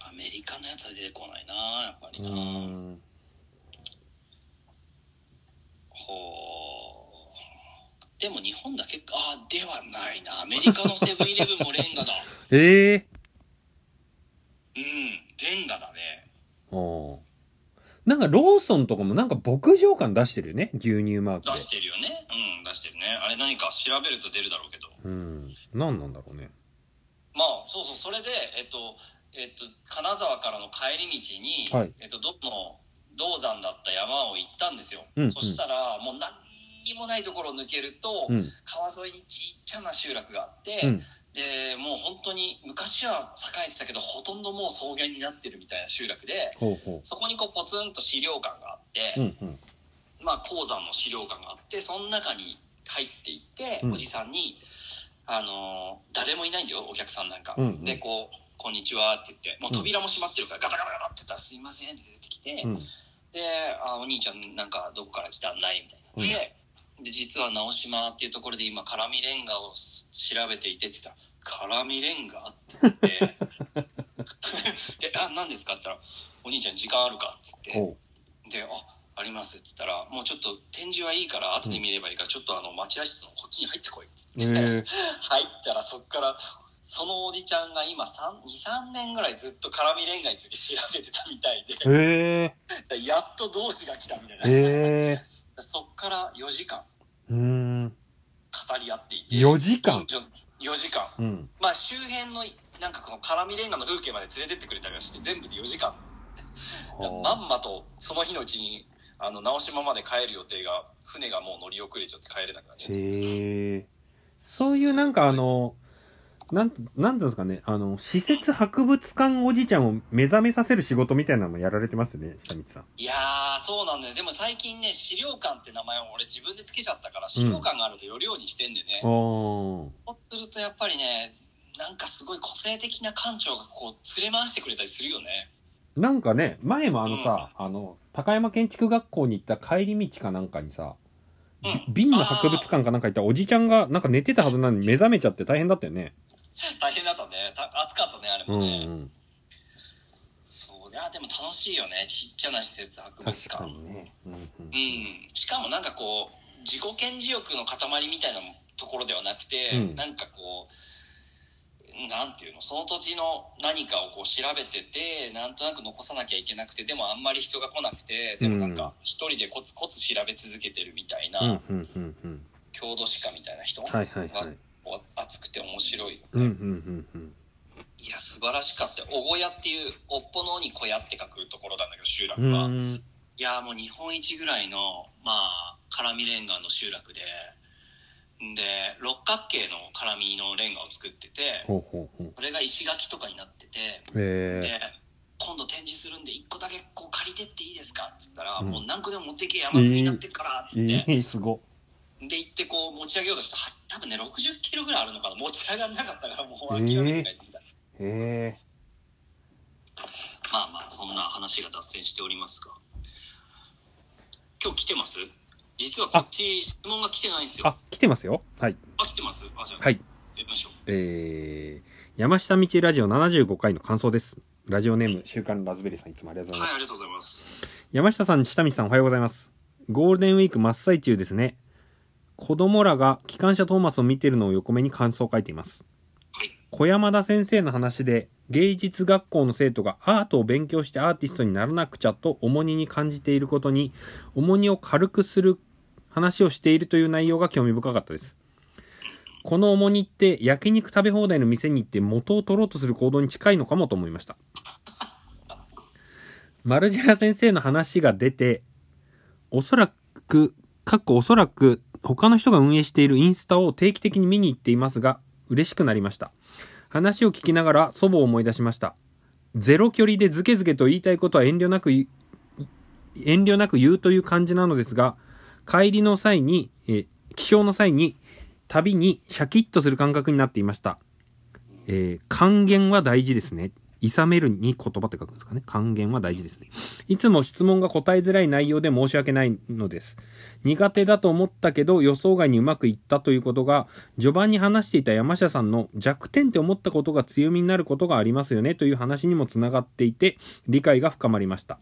アメリカのやつは出てこないなやっぱりうなーん。ほうでも日本だけかあーではないなアメリカのセブンイレブンもレン ガだええ。うんレンガだねああ。なんかローソンとかもなんか牧場感出してるよね、牛乳マーク出してるよねうん出してるねあれ何か調べると出るだろうけどで。うん。なんなんだろうね。まあそうそうそれでえっとえっと金沢からの帰り道に、はいえっとどの銅山だった山を行ったんですよ、うんうんそしたらもう何にもないところを抜けると、うん。川沿いにちっちゃな集落があって、うん。でもう本当に昔は栄えてたけどほとんどもう草原になってるみたいな集落でほうほそこにこうポツンと資料館があって、う。うんうん。まあ、鉱山の資料館があってその中に入っていって、うんおじさんに、あのー誰もいないんだよお客さんなんか、うんうんでこう「こんにちは」って言ってもう扉も閉まってるから、ガタガタガタって言ったら「すいません」って出てきて、うん。であ「お兄ちゃんなんかどこから来たんだい?」みたいな、うんでで実は直島っていうところで今辛味レンガを調べていてって言ったら「辛味レンガ?」って言って で「あ何ですか?」って言ったら「お兄ちゃん時間あるか?」っつって。ほで「ああります」っつったら「もうちょっと展示はいいから後で見ればいいからちょっとあの待合室のこっちに入ってこい」っつっう。て、ええ。 入ったらそっからそのおじちゃんが今23年ぐらいずっと絡みレンガについて調べてたみたいでへえ。やっと同志が来たみたいな、ええ。そっから4時間うーん。語り合っていて4時間。 4時間うん。まあ周辺のなんかこの絡みレンガの風景まで連れてってくれたりはして全部で4時間だからまんまとその日のうちにあの直島まで帰る予定が船がもう乗り遅れちゃって帰れなくなっちゃってへえ。そういうなんかあの、なん、なんていうんですかね、あの、施設博物館おじちゃんを目覚めさせる仕事みたいなのもやられてますよね、下道さん。いやーそうなんだよでも最近ね資料館って名前を俺自分でつけちゃったから資料館があると寄るようにしてんでね、おそうするとやっぱりねなんかすごい個性的な館長がこう連れ回してくれたりするよねなんかね、前もあのさ、あの、高山建築学校に行った帰り道かなんかにさ、うん瓶の博物館かなんか行ったおじちゃんがなんか寝てたはずなのに目覚めちゃって大変だったよね。大変だったねた暑かったねあれうもん、うね、ん。そういやでも楽しいよねちっちゃな施設博物確か館にね。うんうんうん、しかもなんかこう自己顕示欲の塊みたいなところではなくて、うんなんかこうなんていうのその土地の何かをこう調べててなんとなく残さなきゃいけなくてでもあんまり人が来なくてでもなんうんか一人でコツコツ調べ続けてるみたいな、うんうんうんうん。郷土史家みたいな人はいはいはい。お熱くて面白いうんうんうんうん。いや素晴らしかった小小屋っていうおっぽの尾に小屋って書くところなんだけど集う落が。ーん。いやーもう日本一ぐらいの、まあ、辛みレンガの集落で、で、六角形の辛みのレンガを作ってて、ほうほうほう。それが石垣とかになってて、ええで、今度展示するんで一個だけこう借りてっていいですかっつったら、うんもう何個でも持っていけ山積みになってっから、っつって、いい、すご。で行ってこう持ち上げようとしたらは多分ね60キロぐらいあるのかな持ち上がらなかったからもう諦めて帰ってきた、へえ。まあまあそんな話が脱線しておりますが今日来てます実はこっち質問が来てないんですよああ、来てますよ。はい。来てますあじゃあ、はいやりましょうえー、山下道ラジオ75回の感想です。ラジオネーム、週刊ラズベリーさん、いつもありがとうございますはいあ。りがとうございます山下さん、下見さん、おはようございます。ゴールデンウィーク真っ最中ですね。子供らが機関車トーマスを見てるのを横目に感想を書いています。はい小山田先生の話で芸術学校の生徒がアートを勉強してアーティストにならなくちゃと重荷に感じていることに重荷を軽くする話をしているという内容が興味深かったですこの重荷って焼肉食べ放題の店に行って元を取ろうとする行動に近いのかもと思いましたマルジェラ先生の話が出ておそらく、かっこおそらく、他の人が運営しているインスタを定期的に見に行っていますが、嬉しくなりました。話を聞きながら祖母を思い出しました。ゼロ距離でズケズケと言いたいことは遠慮なくい、遠慮なく言うという感じなのですが、帰りの際に、えー起床の際に、旅にシャキッとする感覚になっていました。えー還元は大事ですね。いさめるに言葉って書くんですかね。還元は大事ですね。いつも質問が答えづらい内容で申し訳ないのです。苦手だと思ったけど予想外にうまくいったということが、序盤に話していた山下さんの弱点って思ったことが強みになることがありますよねという話にもつながっていて、理解が深まりました。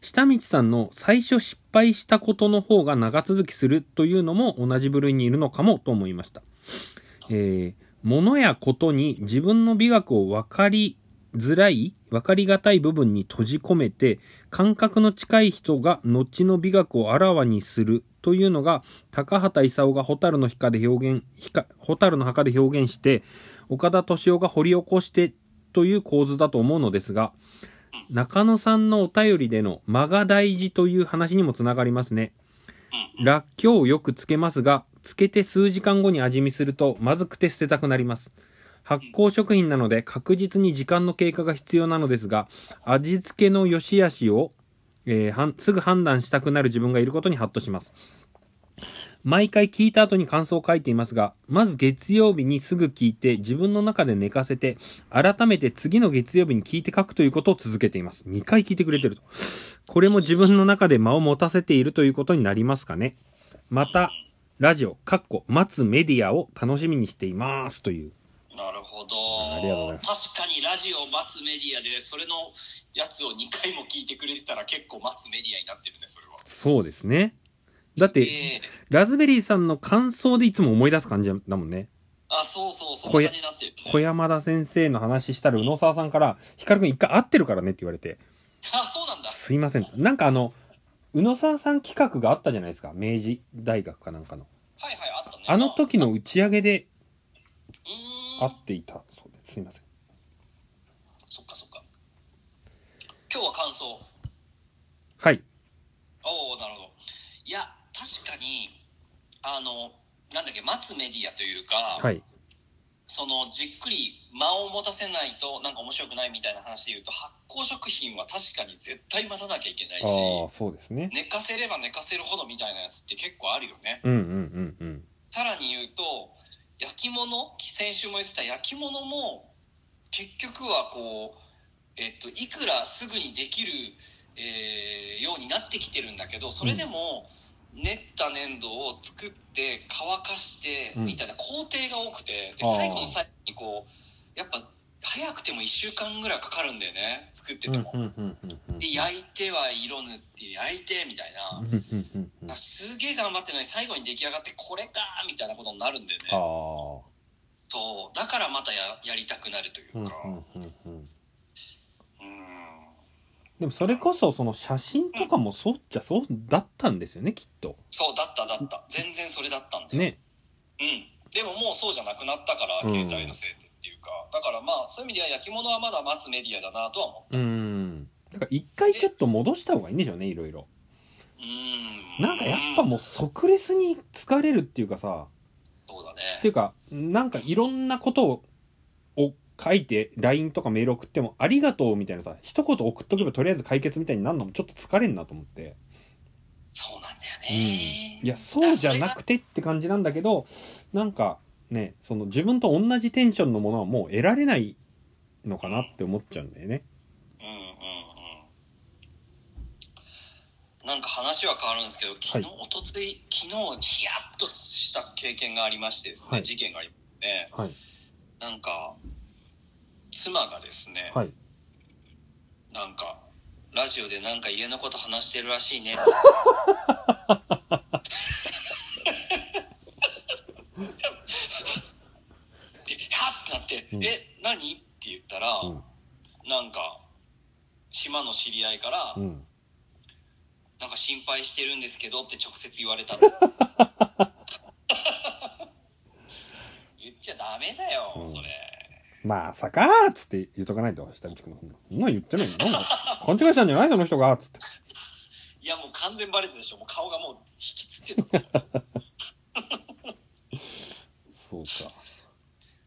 下道さんの最初失敗したことの方が長続きするというのも同じ部類にいるのかもと思いました。えー、物やことに自分の美学を分かりづらい、分かりがたい部分に閉じ込めて、感覚の近い人が後の美学をあらわにするというのが、高畑勲が蛍の墓で表現、墓蛍の墓で表現して、岡田敏夫が掘り起こしてという構図だと思うのですが、中野さんのお便りでの間が大事という話にもつながりますね。うんらっきょうをよくつけますが、つけて数時間後に味見するとまずくて捨てたくなります。発酵食品なので確実に時間の経過が必要なのですが、味付けの良し悪しを、えーはんすぐ判断したくなる自分がいることにハッとします。毎回聞いた後に感想を書いていますが、まず月曜日にすぐ聞いて自分の中で寝かせて、改めて次の月曜日に聞いて書くということを続けています。2回聞いてくれてると。これも自分の中で間を持たせているということになりますかね。また、ラジオ、かっこ、待つメディアを楽しみにしています。という。なるほどありがとうござい確かにラジオ待つメディアでそれのやつを2回も聞いてくれてたら結構待つメディアになってるねそれはそうですね。だって、ええラズベリーさんの感想でいつも思い出す感じだもんね。あそうそうそん小な屋感じになってるね小山田先生の話したら、宇野沢さんから、ヒカルくん一回会ってるからねって言われて、あそうなんだすいません。なんかあの、宇野沢さん企画があったじゃないですか。明治大学かなんかの。はいはいあったねあの時の打ち上げでうー会んっていたそうです。すいません。そっかそっか今日は感想はい。おおなるほどいや確かにあのなんだっけ待つメディアというか、はい。そのじっくり間を持たせないとなんか面白くないみたいな話で言うと発酵食品は確かに絶対待たなきゃいけないああしー、そうですね。寝かせれば寝かせるほどみたいなやつって結構あるよねうんうんうんうん。さらに言うと焼き物先週も言ってた焼き物も結局はこう、えっと、いくらすぐにできる、えーようになってきてるんだけどそれでも練った粘土を作って乾かしてうんみたいな工程が多くてであー最後の最後にこうやっぱ早くても1週間ぐらいかかるんだよね作ってても。うんうんうんうんうんで焼いては色塗って焼いてみたいな。うんうんうんうんあすげえ頑張ってるのに最後に出来上がってこれかーみたいなことになるんだよあねあ。そうだからまたややりたくなるというんううかうんんうんうん。んでもそれこそその写真とかもそうっちゃそうだったんですよね、きっと。そうだっただった全然それだったんだよ、ね。うん、でももうそうじゃなくなったからうん携帯のせいでっていうか、だからまあそういう意味では焼き物はまだ待つメディアだなとは思うん。だから一回ちょっと戻した方がいいんでしょうね、いろいろ。ううんなんかやっぱもう即レスに疲れるっていうかさ、そうだっていねうか、なんかいろんなことを、を書いて、LINE とかメール送っても、ありがとうみたいなさ、一言送っとけばとりあえず解決みたいになるのもちょっと疲れんなと思って。そうなんだよね、いやそうじゃなくてって感じなんだけどなんかねその自分と同じテンションのものはもう得られないのかなって思っちゃうんだよね。うんうんうんなんか話は変わるんですけど昨日、はおとつい昨日ヒヤッとした経験がありましてですね、はい事件がありまして、ね、はい、なんか妻がですね、はい、なんかラジオでなんか家のこと話してるらしいねでハッてなって「うんえ何?」って言ったら、うんなんか島の知り合いから「うん、なんか心配してるんですけど」って直接言われ たって言っちゃダメだよ、うんそれまあさかーっつって言っとかないと下道君もそんな言ってないのなんか勘違いしたんじゃないその人がっつっていやもう完全バレてるでしょもう顔がもう引きつって たそうか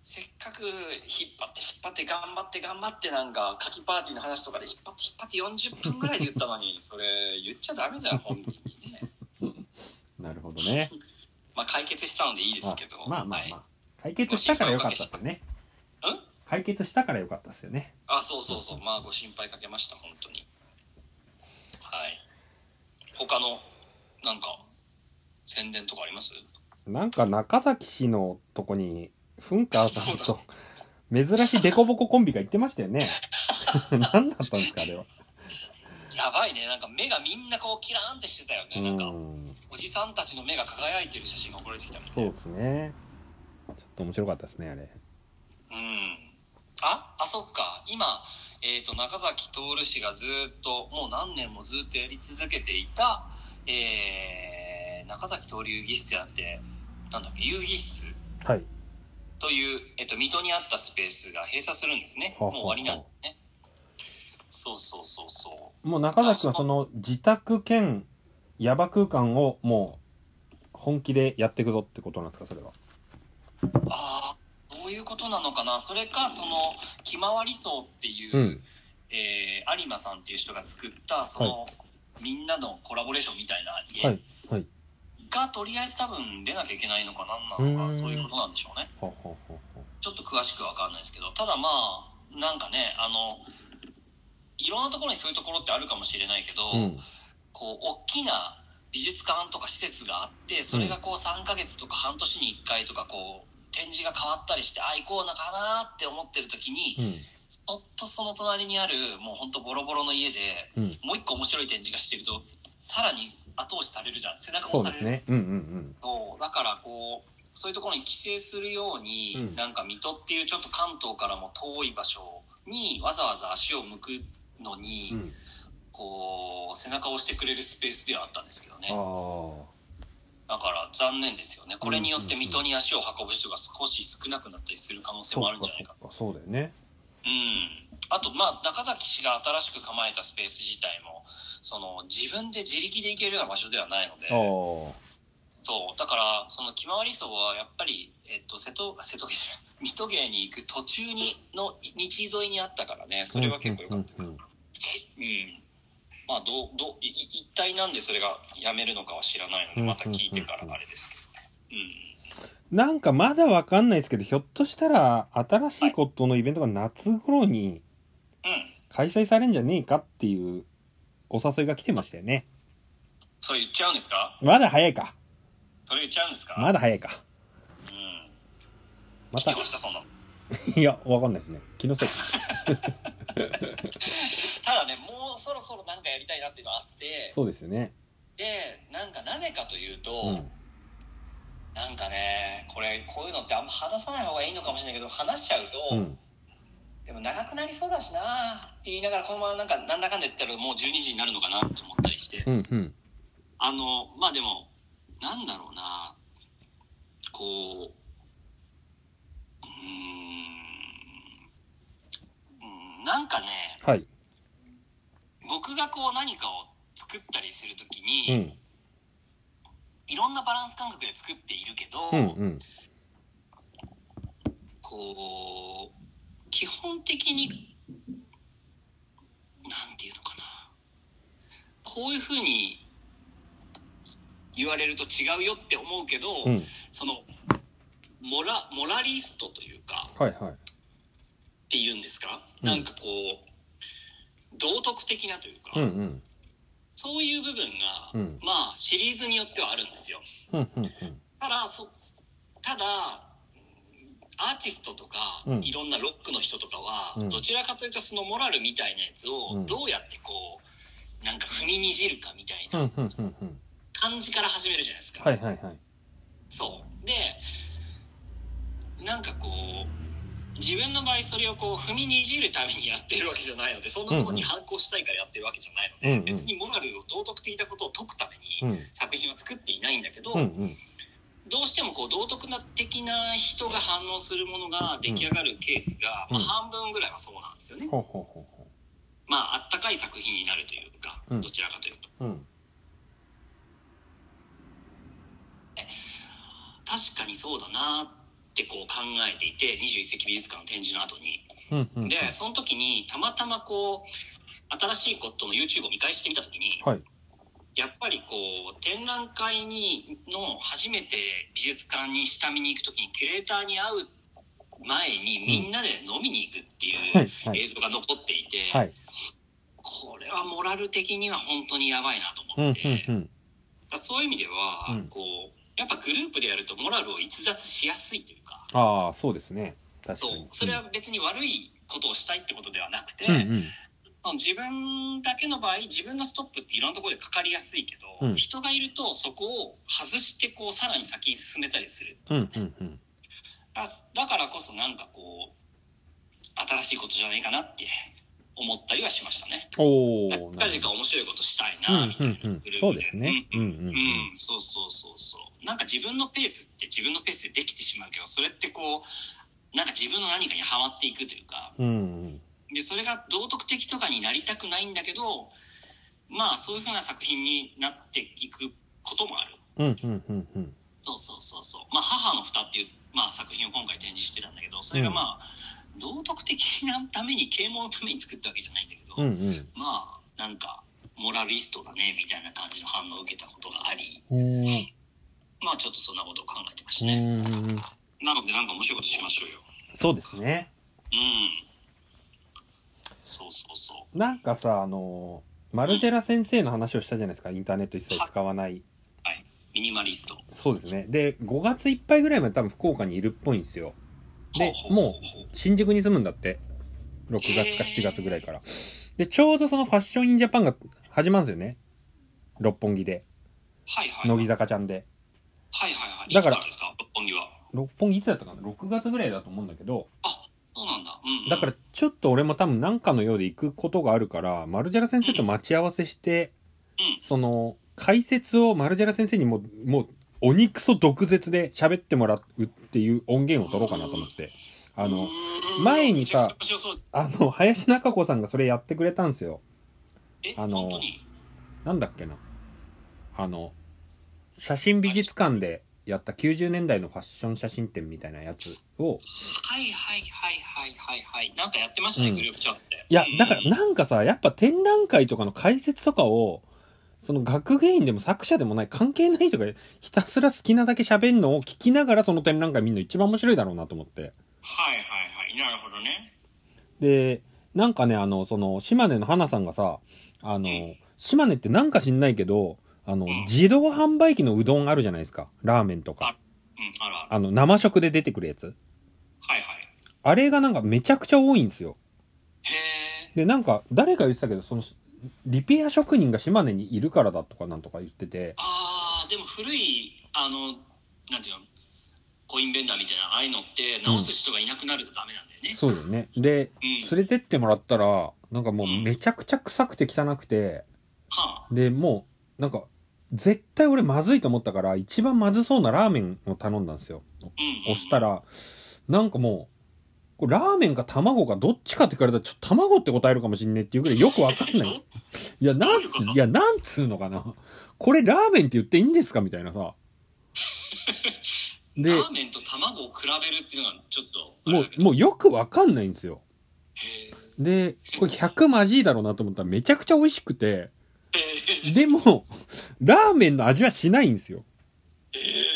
せっかく引っ張って引っ張って頑張って頑張ってなんか夏季パーティーの話とかで引っ張って引っ張って40分ぐらいで言った のにそれ言っちゃダメだよ本人にねなるほどね まあ解決したのでいいですけどまあまあはいまあ解決したからよかったっすよねん解決したからよかったっすよねあそうそうそうまあご心配かけました本当にはい他のなんか宣伝とかありますなんか中崎氏のとこに、フンカーさんと、珍しいデコボココンビが行ってましたよね。 何だったんですか、あれは。やばいねなんか目がみんなこうキラーンってしてたようねなんかん。おじさんたちの目が輝いてる写真が送られてきたみたいそうですね。ちょっと面白かったですね、あれ。うんああそっか今、えー、と中崎徹氏がずっともう何年もずっとやり続けていた、えー中崎徹遊戯室じゃなくてなんだっけ遊戯室はい。という、えっと、水戸にあったスペースが閉鎖するんですね。はあもう終わりなんですね。そうそうそうそう。もう中崎はその自宅兼ヤバ空間をもう本気でやっていくぞってことなんですか、それは。ああ、どういうことなのかな。それか、その、ひまわり荘っていう、うん。えー有馬さんっていう人が作った、その、みんなのコラボレーションみたいな家はい。はい。が、とりあえず多分出なきゃいけないのかなんなのうーか、んそういうことなんでしょうね。ははははちょっと詳しくは分かんないですけどただまあなんかねあのいろんなところにそういうところってあるかもしれないけど、うん。こう大きな美術館とか施設があってそれがこう3ヶ月とか半年に1回とかこう展示が変わったりしてあ行こうなかなって思ってる時にうん。そっとその隣にあるもうほんとボロボロの家でうん。もう一個面白い展示がしてるとさらに後押しされるじゃん背中そう押さでれするじゃんね。うんうんそうだからこうそういうところに帰省するように、うんなんか水戸っていうちょっと関東からも遠い場所にわざわざ足を向くのに、うん。うん。こう背中を押してくれるスペースではあったんですけどあねあ。だから残念ですよねこれによって水戸に足を運ぶ人が少し少なくなったりする可能性そうもあかるんじゃないかそうか。そうだよね。うんあとまあ中崎氏が新しく構えたスペース自体もその自分で自力で行けるような場所ではないのでああ。そうだからそのひまわり荘はやっぱり、えっと、瀬戸瀬戸芸じゃない水戸芸に行く途中にの道沿いにあったからねそれは結構良かったけどうんうんうんまあどうどういい一体なんでそれがやめるのかは知らないのでまた聞いてからあれですけどねうんなんかまだわかんないですけど、ひょっとしたら新しいことのイベントが夏頃にうん開催されんじゃねえかっていうお誘いが来てましたよね。それ言っちゃうんですかまだ早いか。それ言っちゃうんですか、まだ早いか。うんま来てた、ましたそんなの いや、わかんないですね。気のせい。ただねもうそろそろなんかやりたいなっていうのあってそうですよね。でなんかなぜかというと、うん。なんかねこれこういうのってあんま話さない方がいいのかもしれないけど話しちゃううと、ん。でも長くなりそうだしなーって言いながらこのままなんかなんだかんだ言ってたらもう12時になるのかなって思ったりして、うん。うん。あのまあでもなんだろうなこううーんうんなんかねはい。僕がこう何かを作ったりするときうに、ん。いろんなバランス感覚で作っているけど、うん。うん。こう基本的になんていうのかなこういうふうに言われると違うよって思うけど、うん。そのモラモラリストというかはいはい。っていうんですか、うんなんかこう道徳的なというか、うんうん。そういう部分が、うんまあシリーズによってはあるんですよ。うんうんうん。ただそただアーティストとか、うんいろんなロックの人とかは、うんどちらかというとそのモラルみたいなやつうをんどうやってこうなんか踏みにじるかみたいうんうなんうんうん。感じから始めるじゃないですか。はいはいはい。そうでなんかこう自分の場合それをこう踏みにじるためにやってるわけじゃないのでそんなことに反抗したいからやってるわけじゃないので、うんうん別にモラルを道徳的なことを解くためうんに。作品を作っていないんだけど、うんうん。どうしてもこう道徳な的な人が反応するものが出来上がるケースが、うんまあ、半分ぐらいはそうなんですよね。ほうほうほうほまああったかい作品になるというかうんどちらかというと。う。うん。確かにそうだなってこう考えていて21世紀美術館の展示の後に。うんうんうん。でその時にたまたまこう新しいことの YouTube を見返してみた時にはい。やっぱりこう展覧会にの初めて美術館に下見に行く時にキュレーターに会う前にみんなで飲みに行くってはいいうはい。映像が残っていて、はい。これはモラル的には本当にやばいなとうんう思んって、うん。そういう意味では、うんこうやっぱグループでやるとモラルを逸脱しやすいというかああ、そうですね。確かそうに。それは別に悪いことをしたいってことではなくて、うんうん。その自分だけの場合自分のストップっていろんなところでかかりやすいけど、うん人がいるとそこを外してこうさらに先に進めたりするうんうんうん。だだからこそなんかこう新しいことじゃないかなって思ったりはしましたね。お近ー。なるほど々面白いことしたいうなみんたういんうな、んグループでそうですね。うんうんうん、そうそうそうそうなんか自分のペースって自分のペースでできてしまうけどそれってこうなんか自分の何かにはまっていくというかうん。うんでそれが道徳的とかになりたくないんだけどまあそういうふうな作品になっていくこともあるうんうんうんうんうん。そうそうそうそう「まあ、母の蓋」っていう、まあ、作品を今回展示してたんだけどそれがまあ、道徳的なために啓蒙のために作ったわけじゃないんだけど、うんうん。まあなんかモラリストだねみたいな感じの反応を受けたことがありおーまあちょっとそんなことを考えてましうたね、んうん。なのでなんか面白いことしましょうよそうですね。うんそうそうそなんかさ、あのー、マルジェラ先生の話をしたじゃないですか。インターネット一切使わない。うはいミニマリストそうですね。で、5月いっぱいぐらいまで多分福岡にいるっぽいんですよ。でほうほうほうほう新宿に住むんだって。6月か7月ぐらいから。で、ちょうどそのファッションインジャパンが始まるんですよね。六本木で。はいはい乃木坂ちゃんで。はいはいはい。だからいつらですか六本木は。六本木いつだったかな ?6 月ぐらいだと思うんだけど。そうなんだ。うん、うん。だから、ちょっと俺も多分なんかのようで行くことがあるから、マルジェラ先生と待ち合わせして、うんその、解説をマルジェラ先生にもう、もう、鬼クソ毒舌で喋ってもらうっていう音源を取ろうかなと思って。あうの、ーん前にさめちゃくちゃ面白そうあの、林中子さんがそれやってくれたんですよ。え、あの本当になんだっけな。あの、写真美術館でやった90年代のファッション写真展みたいなやつを、はいはいはいはいはいはい。なんかやってましたね、うんグループチャットで。いやうんう、んだからなんかさ、やっぱ展覧会とかの解説とかを、その学芸員でも作者でもない関係ない人がひたすら好きなだけ喋んのを聞きながらその展覧会見るの一番面白いだろうなと思って。はいはいはい。なるほどね。で、なんかね、あの、その、島根の花さんがさ、あのうん、島根ってなんか知んないけど、あのうん、自動販売機のうどんあるじゃないですか。ラーメンとか。うん、あらあら。あの、生食で出てくるやつ。はいはい。あれがなんかめちゃくちゃ多いんですよ。へえ。で、なんか、誰か言ってたけど、その、リペア職人が島根にいるからだとかなんとか言ってて、あー、でも古い、あの、なんていうの、コインベンダーみたいな、ああいうのって直す人がいなくなるとダメなんだよね。そうだよね。で、うん。連れてってもらったら、なんかもううんめちゃくちゃ臭くて汚くて、はあ。で、もう、なんか、絶対俺まずいと思ったから、一番まずそうなラーメンを頼んだんですよ。うん、うん。押したら、なんかもう、これラーメンか卵かどっちかって聞かれたら、ちょっと卵って答えるかもしんねえっていうぐらいよくわかん ない。いや、なん、どういうこといや、なんつうのかな。これラーメンって言っていいんですかみたいなさ。で ラ、ーメンと卵を比べるっていうのはちょっと、もう、もうよくわかんないんですよ。へえ。で、これ100マジいだろうなと思ったらめちゃくちゃ美味しくて、へでも、ラーメンの味はしないんですよ。えー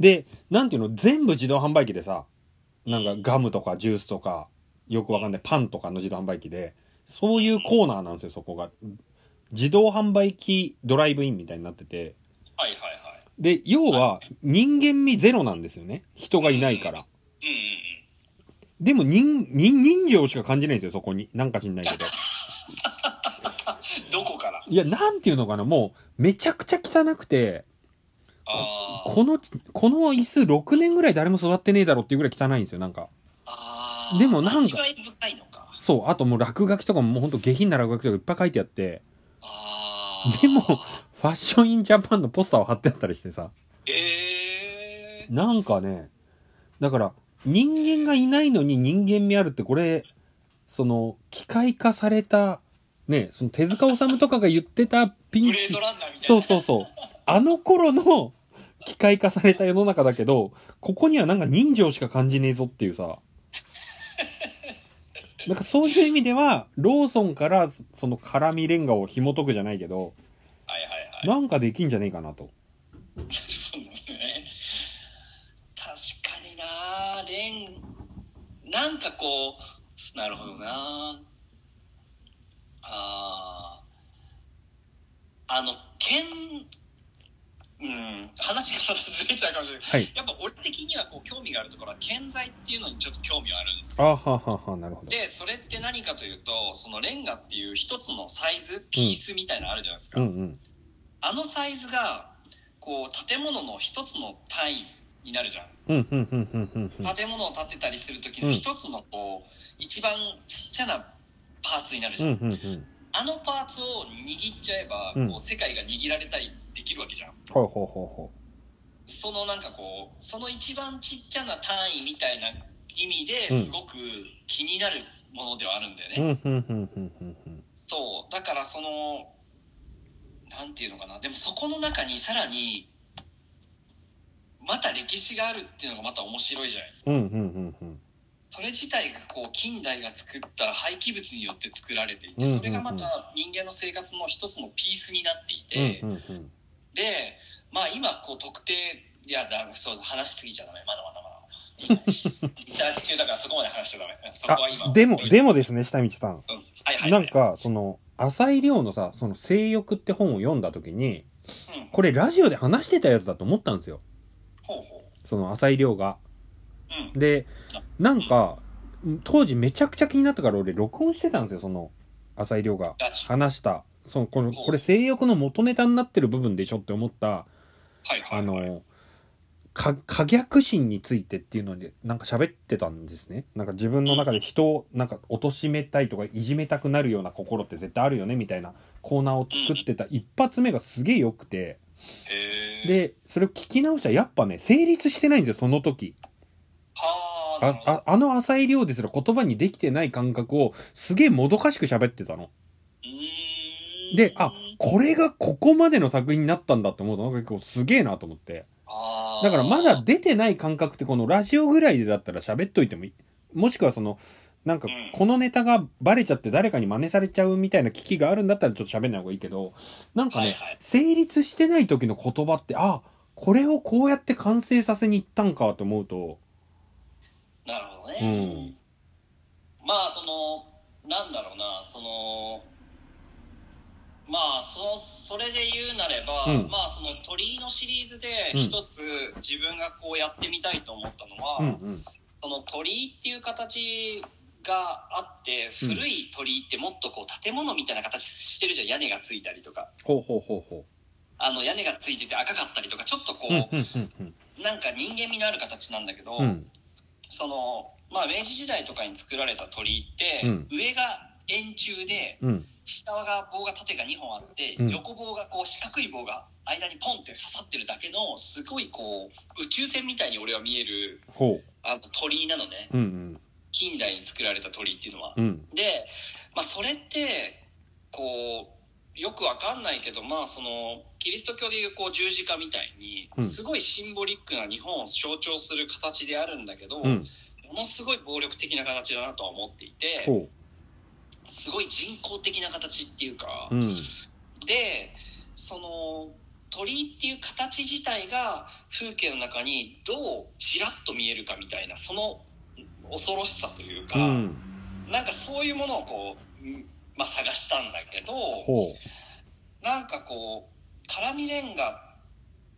で、なんていうの、全部自動販売機でさ、なんかガムとかジュースとか、よくわかんないパンとかの自動販売機で、そういうコーナーなんですよ、そこが。自動販売機ドライブインみたいになってて。はいはいはい。で、要は人間味ゼロなんですよね。人がいないから。うんうんでも人、人、人情しか感じないんですよ、そこに。なんか知んないけど。うん。どこからいや、なんていうのかな、もう、めちゃくちゃ汚くて、あーこの、この椅子6年ぐらい誰も座ってねえだろっていうぐらい汚いんですよ、なんか。あー。でもなんか味わい深いのか。そう、あともう落書きとかももうほんと下品な落書きとかいっぱい書いてあって、あーでもファッションインジャパンのポスターを貼ってあったりしてさ、ええー。なんかね、だから人間がいないのに人間味あるってこれ、その機械化された、ね、その手塚治虫とかが言ってたピンブレーチド、ランナーみたいな。そうそうそう、あの頃の機械化された世の中だけど、ここにはなんか人情しか感じねえぞっていうさ、なんかそういう意味では、ローソンからそその辛みレンガを紐解くじゃないけど、はいはいはい。なんかできんじゃねえかなと。そうですね確かになレンなんかこうなるほどなあーあの剣うん話がまたずれちゃうかもしれない、はいやっぱ俺的にはこう興味があるところは健在っていうのにちょっと興味はあるんですあよははは、なるほど。でそれって何かというとそのレンガっていう一つのサイズピースみたいなのあるじゃないですか、うんうん。あのサイズがこう建物の一つの単位になるじゃん、うんうんうんうんうんうん。建物を建てたりする時のうん一つのこう一番ちっちゃなパーツになるじうゃん、んうんうん。あのパーツを握っちゃえば、うんこう世界が握られたりできるわけじゃんほうほうほうほそのなんかこうその一番ちっちゃな単位みたいな意味でうんすごく気になるものではあるんだよね、う。うんうんうんうんうんうん。そうだからそのなんていうのかなでもそこの中にさらにまた歴史があるっていうのがまた面白いじゃないですかうんうんうんうん。それ自体がこう近代が作った廃棄物によって作られていうんてうんうんそれがまた人間の生活の一つのピースになっていてうんうんうん。でまあ今こう特定いやだそう話しすぎちゃダメまだまだまだまだリサーチ中だからそこまで話しちゃダメそこは今あ、でも、うんでもですね、下道さん。うんはいはいはいなんか、その、浅井亮のさ、その、性欲って本を読んだ時に、うんこれラジオで話してたやつだと思ったんですよ。ほうほその、浅井亮が。ううんで、なんか、当時めちゃくちゃ気になったから俺録音してたんですよ、その、浅井亮が。ラジオ話した、その、この、これ性欲の元ネタになってる部分でしょって思った、はいはいあの、か、可逆心についてっていうので、なんか喋ってたんですね。なんか自分の中で人を、なんか、貶めたいとか、いじめたくなるような心って絶対あるよね、みたいなコーナーを作ってた一発目がすげえ良くて、へーで、それを聞き直したら、やっぱね、成立してないんですよ、その時。はああなるほどああの浅い量ですら言葉にできてない感覚を、すげえもどかしく喋ってたの。うーんで、あ、これがここまでの作品になったんだって思うと、なんか結構すげえなと思って。あーだからまだ出てない感覚ってこのラジオぐらいでだったら喋っといてもいい。もしくはその、なんかうんこのネタがバレちゃって誰かに真似されちゃうみたいな危機があるんだったらちょっと喋んない方がいいけど、なんかね、はいはい成立してない時の言葉って、あ、これをこうやって完成させに行ったんかと思うと、なるほどね、まあそのなんだろうなそのまあそそれで言うなれば、うんまあその鳥居のシリーズでうん一つ自分がこうやってみたいと思ったのは、うんうん。その鳥居っていう形があってうん古い鳥居ってもっとこう建物みたいな形してるじゃん屋根がついたりとかほうほうほうほあの屋根がついてて赤かったりとかちょっとこう。う、うんうんうんうん。なんか人間味のある形なんだけど、うんそのまあ明治時代とかに作られた鳥居って、うん上が円柱でうん。下が棒が縦が2本あって、うん横棒がこう四角い棒が間にポンって刺さってるだけのすごいこう宇宙船みたいに俺は見えるほあの鳥居なのねう。うん近代に作られた鳥居っていうのは。うん。うん。で、まあ、それってこうよくわかんないけど、まあ、そのキリスト教でいうこう十字架みたいにうんすごいシンボリックな日本を象徴する形であるんだけど、うん。ものすごい暴力的な形だなとは思っていてほすごい人工的な形っていうか、う。うん。でその鳥居っていう形自体が風景の中にどうちらっと見えるかみたいなその恐ろしさというか、うん。なんかそういうものをこう、うんまあ、探したんだけどほなんかこう辛味レンガ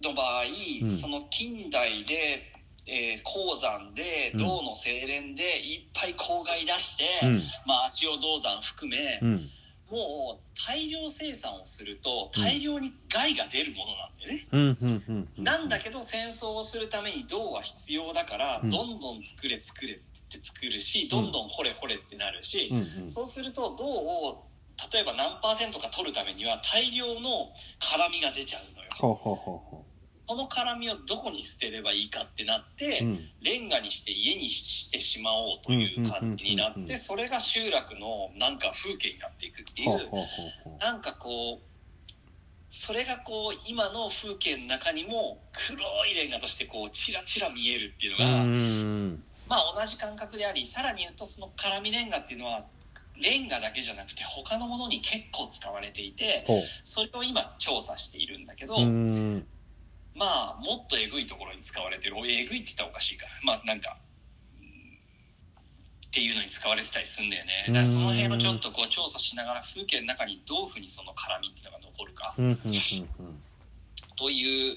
の場合、うんその近代で、えー鉱山でうん銅の精錬でいっぱい公害出して、う。うん。まあ、足尾銅山含め、うん。もう大量生産をすると大量に害が出るものなんだよね。うん。うん。うん。なんだけど戦争をするために銅は必要だから、うんどんどん作れ作れって作るしどんどん掘れ掘れってなるし、うん。うん。そうすると銅を例えば何パーセントか取るためには大量の辛みが出ちゃうのよほうほうほうほその辛みをどこに捨てればいいかってなって、う。うん。レンガにして家にしてしまおうという感じになっうて、んうんうんうんそれが集落のなんか風景になっていくっていほううほうほうほなんかこうそれがこう今の風景の中にも黒いレンガとしてこうチラチラ見えるっていう。うのが、ん。まあ同じ感覚でありさらに言うとその辛みレンガっていうのはレンガだけじゃなくて他のものに結構使われていてほそれを今調査しているんだけど、う。うん。まあもっとえぐいところに使われてるえぐいって言ったらおかしいかまあなんかうんっていうのに使われてたりするんだよねだからその辺をちょっとこう調査しながら風景の中にどういうふうにその辛みっていうのが残るかうん。うん。うん。という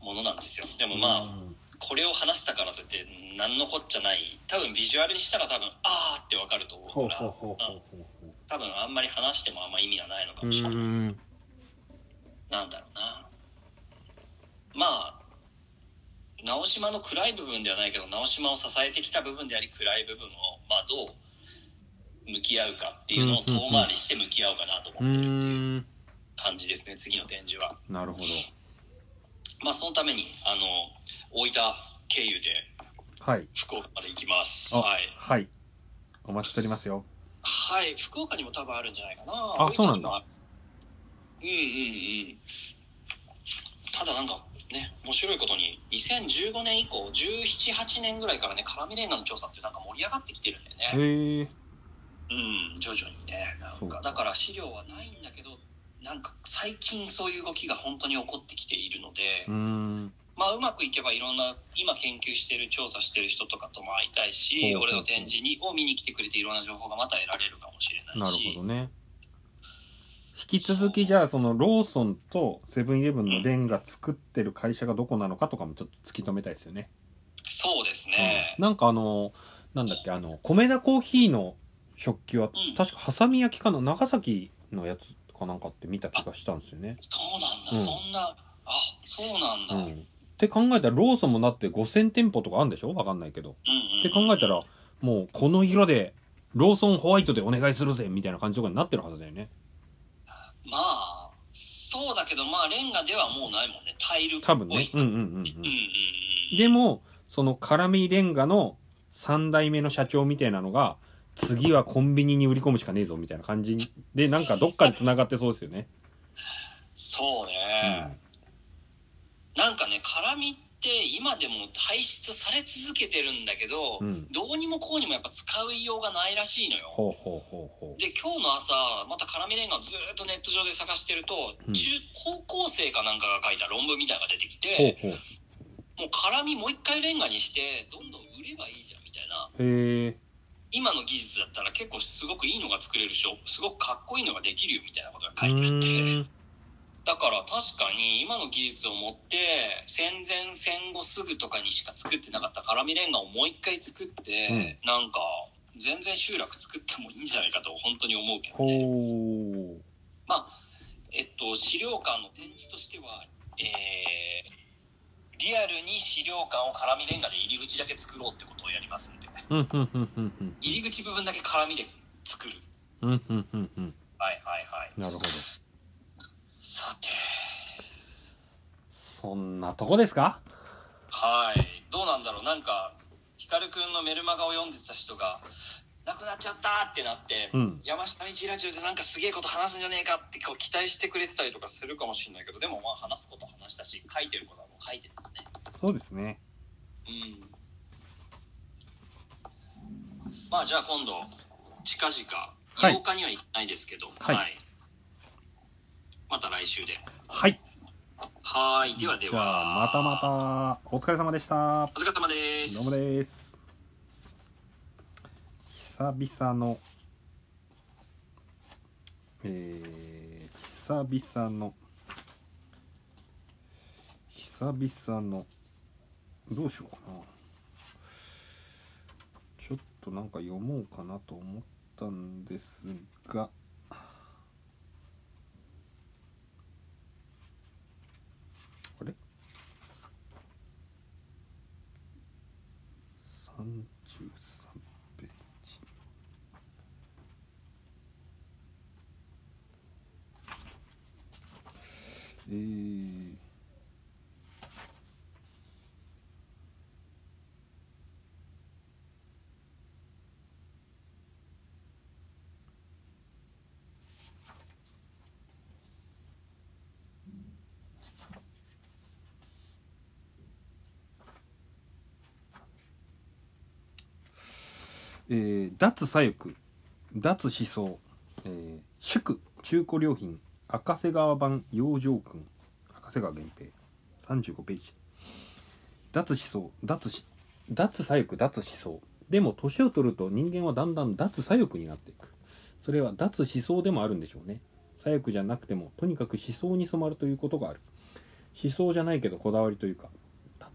ものなんですよでうもん。まあこれを話したからといって何のこっちゃない多分ビジュアルにしたら多分あーってわかるとほ思ううかほうらほうほうほう。多分あんまり話してもあんま意味がないのかうもしれないん。なんだろうなまあ直島の暗い部分ではないけど直島を支えてきた部分であり暗い部分をまあどう向き合うかっていうのを遠回りして向き合おうかなとう。思ってるっていうん感じですね次の展示は。なるほど。まあ、そのためにあの大分経由ではい。福岡まで行きます。あはい。はい。お待ちしておりますよ。はい、福岡にも多分あるんじゃないかな。あそうなんだ大分にもある。うんうんうん。ただなんかね、面白いことに、2015年以降、17、8年ぐらいからね、辛味レンガの調査ってなんか盛り上がってきてるんだよね。へえ。うん、徐々にね。なそんうかかだから資料はないんだけど、なんか最近そういう動きが本当に起こってきているので、うん。まあ、うまくいけばいろんな今研究してる調査してる人とかとも会いたいしほうほう俺の展示にを見に来てくれていろんな情報がまた得られるかもしれなないるしほどね。引き続きじゃあそのローソンとセブンイレブンのレンガ作ってる会社がどこなのかとかもちょっと突き止めたいですよね。そうですね、なんかあの、なんだっけ、あの、米田コーヒーの食器はうん確かハサミ焼きかな長崎のやつかなんかって見た気がしたんですよね。そうなんだ、うんそんなあそうなんう。だ、うんん、うんって考えたらローソンもだって5000店舗とかあるんでしょわかんないけど。って考えたら、もうこの色で、ローソンホワイトでお願いするぜみたいな感じとかになってるはずだよね。まあそうだけどまあレンガではもうないもんねタイルっぽい多分ね。うんうんうんうんう。うんんでも、その辛味レンガの3代目の社長みたいなのが、次はコンビニに売り込むしかねえぞみたいな感じで、なんかどっかで繋がってそうですよね。そううねん、なんかね辛みって今でも排出され続けてるんだけど、うんどうにもこうにもやっぱ使いようがないらしいのよほうほうほうほう。で今日の朝また辛味レンガをずーっとネット上で探してると、うん中高校生かなんかが書いた論文みたいなのが出てきほうてほう。もう辛味もう一回レンガにしてどんどん売ればいいじゃんみたいなへえ。今の技術だったら結構すごくいいのが作れるしすごくかっこいいのができるよみたいなことがう書いてあってーん。だから確かに今の技術を持って戦前戦後すぐとかにしか作ってなかった辛味レンガをもう一回作って、なんか全然集落作ってもいいんじゃないかと本当に思うけどね。ほう。まあえっと、資料館の展示としては、えーリアルに資料館を辛みレンガで入り口だけ作ろうってことをやりますんでうんうんうんうんうん。入り口部分だけ辛みで作るうんうんうんうん。はいはいはいなるほど。さてそんなとこですかはいどうなんだろうなんか光くんのメルマガを読んでた人が「なくなっちゃった!」ってなって、うん山下道ラジオでなんかすげえこと話すんじゃねえかってこう期待してくれてたりとかするかもしれないけどでもまあ話すことは話したし書いてることはもう書いてるからねそうですね。うんまあじゃあ今度近々はい8日には行かないですけど、はいまた来週で。はい。はーい。ではでじは。ゃあ、またまた、お疲れ様でした。お疲れ様です。どうもです。久々の、えー、久々の、久々の、どうしようかな。ちょっとなんか読もうかなと思ったんですが、あれ三十三ページ。えーえー脱左翼脱思想、えー祝中古良品赤瀬川版養生君赤瀬川源平35ページ脱思想脱し脱左翼脱思想でも年を取ると人間はだんだん脱左翼になっていくそれは脱思想でもあるんでしょうね左翼じゃなくてもとにかく思想に染まるということがある思想じゃないけどこだわりというか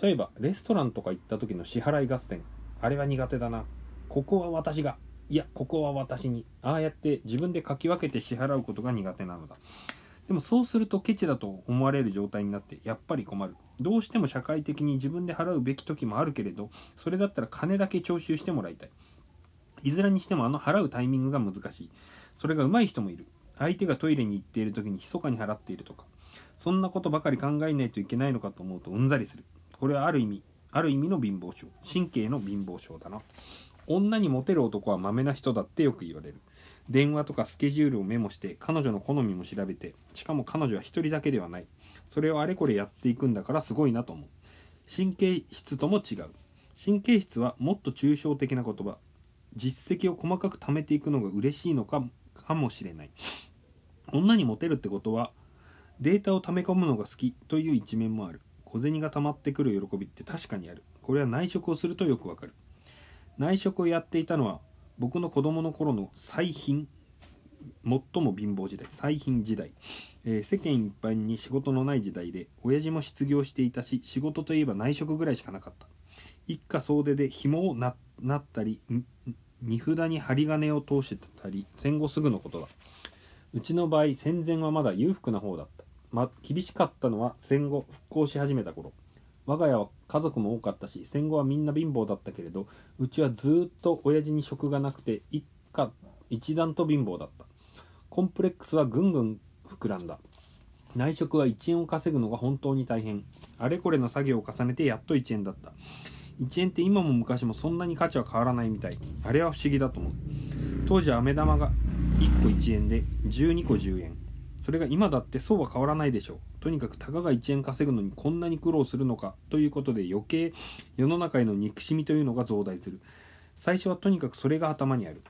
例えばレストランとか行った時の支払い合戦あれは苦手だなここは私がいやここは私にああやって自分で書き分けて支払うことが苦手なのだでもそうするとケチだと思われる状態になってやっぱり困るどうしても社会的に自分で払うべき時もあるけれどそれだったら金だけ徴収してもらいたいいずれにしてもあの払うタイミングが難しいそれが上手い人もいる相手がトイレに行っている時に密かに払っているとかそんなことばかり考えないといけないのかと思うとうんざりするこれはある意味ある意味の貧乏症神経の貧乏症だな女にモテる男はマメな人だってよく言われる電話とかスケジュールをメモして彼女の好みも調べてしかも彼女は一人だけではないそれをあれこれやっていくんだからすごいなと思う神経質とも違う神経質はもっと抽象的な言葉実績を細かく貯めていくのが嬉しいのかかもしれない女にモテるってことはデータを溜め込むのが好きという一面もある小銭が溜まってくる喜びって確かにあるこれは内職をするとよくわかる内職をやっていたのは僕の子供の頃の最貧最も貧乏時代最貧時代、えー世間一般に仕事のない時代で親父も失業していたし仕事といえば内職ぐらいしかなかった一家総出で紐をななったりん荷札に針金を通してたり戦後すぐのことだうちの場合戦前はまだ裕福な方だった、ま、厳しかったのは戦後復興し始めた頃我が家は家族も多かったし戦後はみんな貧乏だったけれどうちはずーっと親父に職がなくて一家一段と貧乏だったコンプレックスはぐんぐん膨らんだ内職は1円を稼ぐのが本当に大変あれこれの作業を重ねてやっと1円だった1円って今も昔もそんなに価値は変わらないみたいあれは不思議だと思う当時は飴玉が1個1円で12個10円それが今だってそうは変わらないでしょうとにかくたかが1円稼ぐのにこんなに苦労するのかということで余計世の中への憎しみというのが増大する最初はとにかくそれが頭にある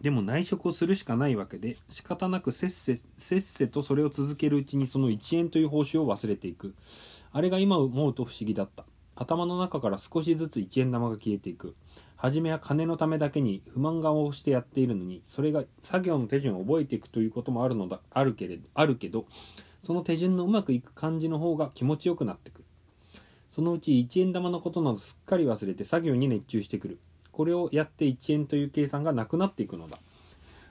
でも内職をするしかないわけで仕方なくせっせせっせとそれを続けるうちにその1円という報酬を忘れていくあれが今思うと不思議だった頭の中から少しずつ1円玉が消えていく初めは金のためだけに不満顔をしてやっているのにそれが作業の手順を覚えていくということもあるのだあるけれどあるけどその手順のうまくいく感じの方が気持ちよくなってくるそのうち1円玉のことなどすっかり忘れて作業に熱中してくるこれをやって1円という計算がなくなっていくのだ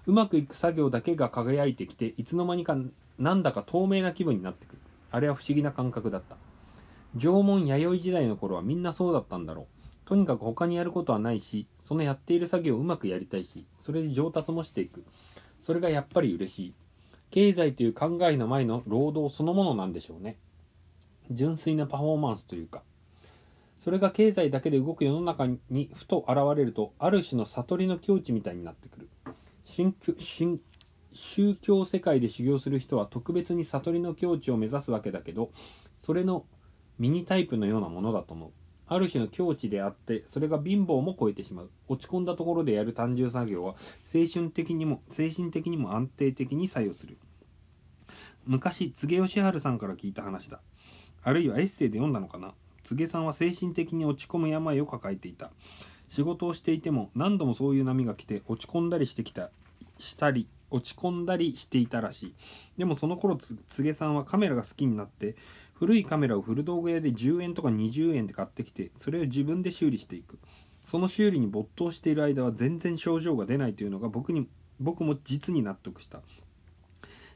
うまくいく作業だけが輝いてきていつの間にかなんだか透明な気分になってくるあれは不思議な感覚だった縄文弥生時代の頃はみんなそうだったんだろうとにかく他にやることはないしそのやっている作業をうまくやりたいしそれで上達もしていくそれがやっぱり嬉しい経済という考えの前の労働そのものなんでしょうね純粋なパフォーマンスというかそれが経済だけで動く世の中にふと現れるとある種の悟りの境地みたいになってくる宗教宗宗教世界で修行する人は特別に悟りの境地を目指すわけだけどそれのミニタイプのようなものだと思うある種の境地であってそれが貧乏も超えてしまう落ち込んだところでやる単純作業は精神的にも精神的にも安定的に作用する昔柘植義治さんから聞いた話だあるいはエッセイで読んだのかな柘植さんは精神的に落ち込む病を抱えていた仕事をしていても何度もそういう波が来て落ち込んだりしてきたしたり落ち込んだりしていたらしいでもその頃つ柘植さんはカメラが好きになって古いカメラを古道具屋で10円とか20円で買ってきてそれを自分で修理していくその修理に没頭している間は全然症状が出ないというのが僕に僕も実に納得した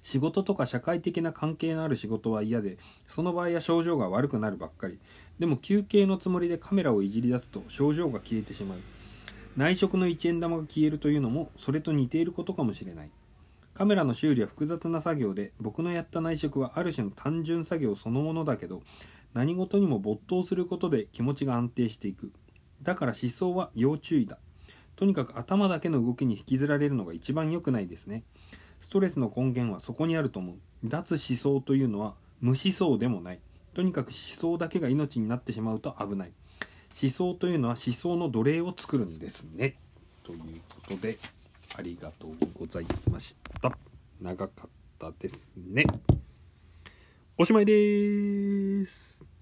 仕事とか社会的な関係のある仕事は嫌でその場合は症状が悪くなるばっかりでも休憩のつもりでカメラをいじり出すと症状が消えてしまう内職の一円玉が消えるというのもそれと似ていることかもしれないカメラの修理は複雑な作業で僕のやった内職はある種の単純作業そのものだけど何事にも没頭することで気持ちが安定していくだから思想は要注意だとにかく頭だけの動きに引きずられるのが一番良くないですねストレスの根源はそこにあると思う脱思想というのは無思想でもないとにかく思想だけが命になってしまうと危ない思想というのは思想の奴隷を作るんですねということでありがとうございました長かったですねおしまいです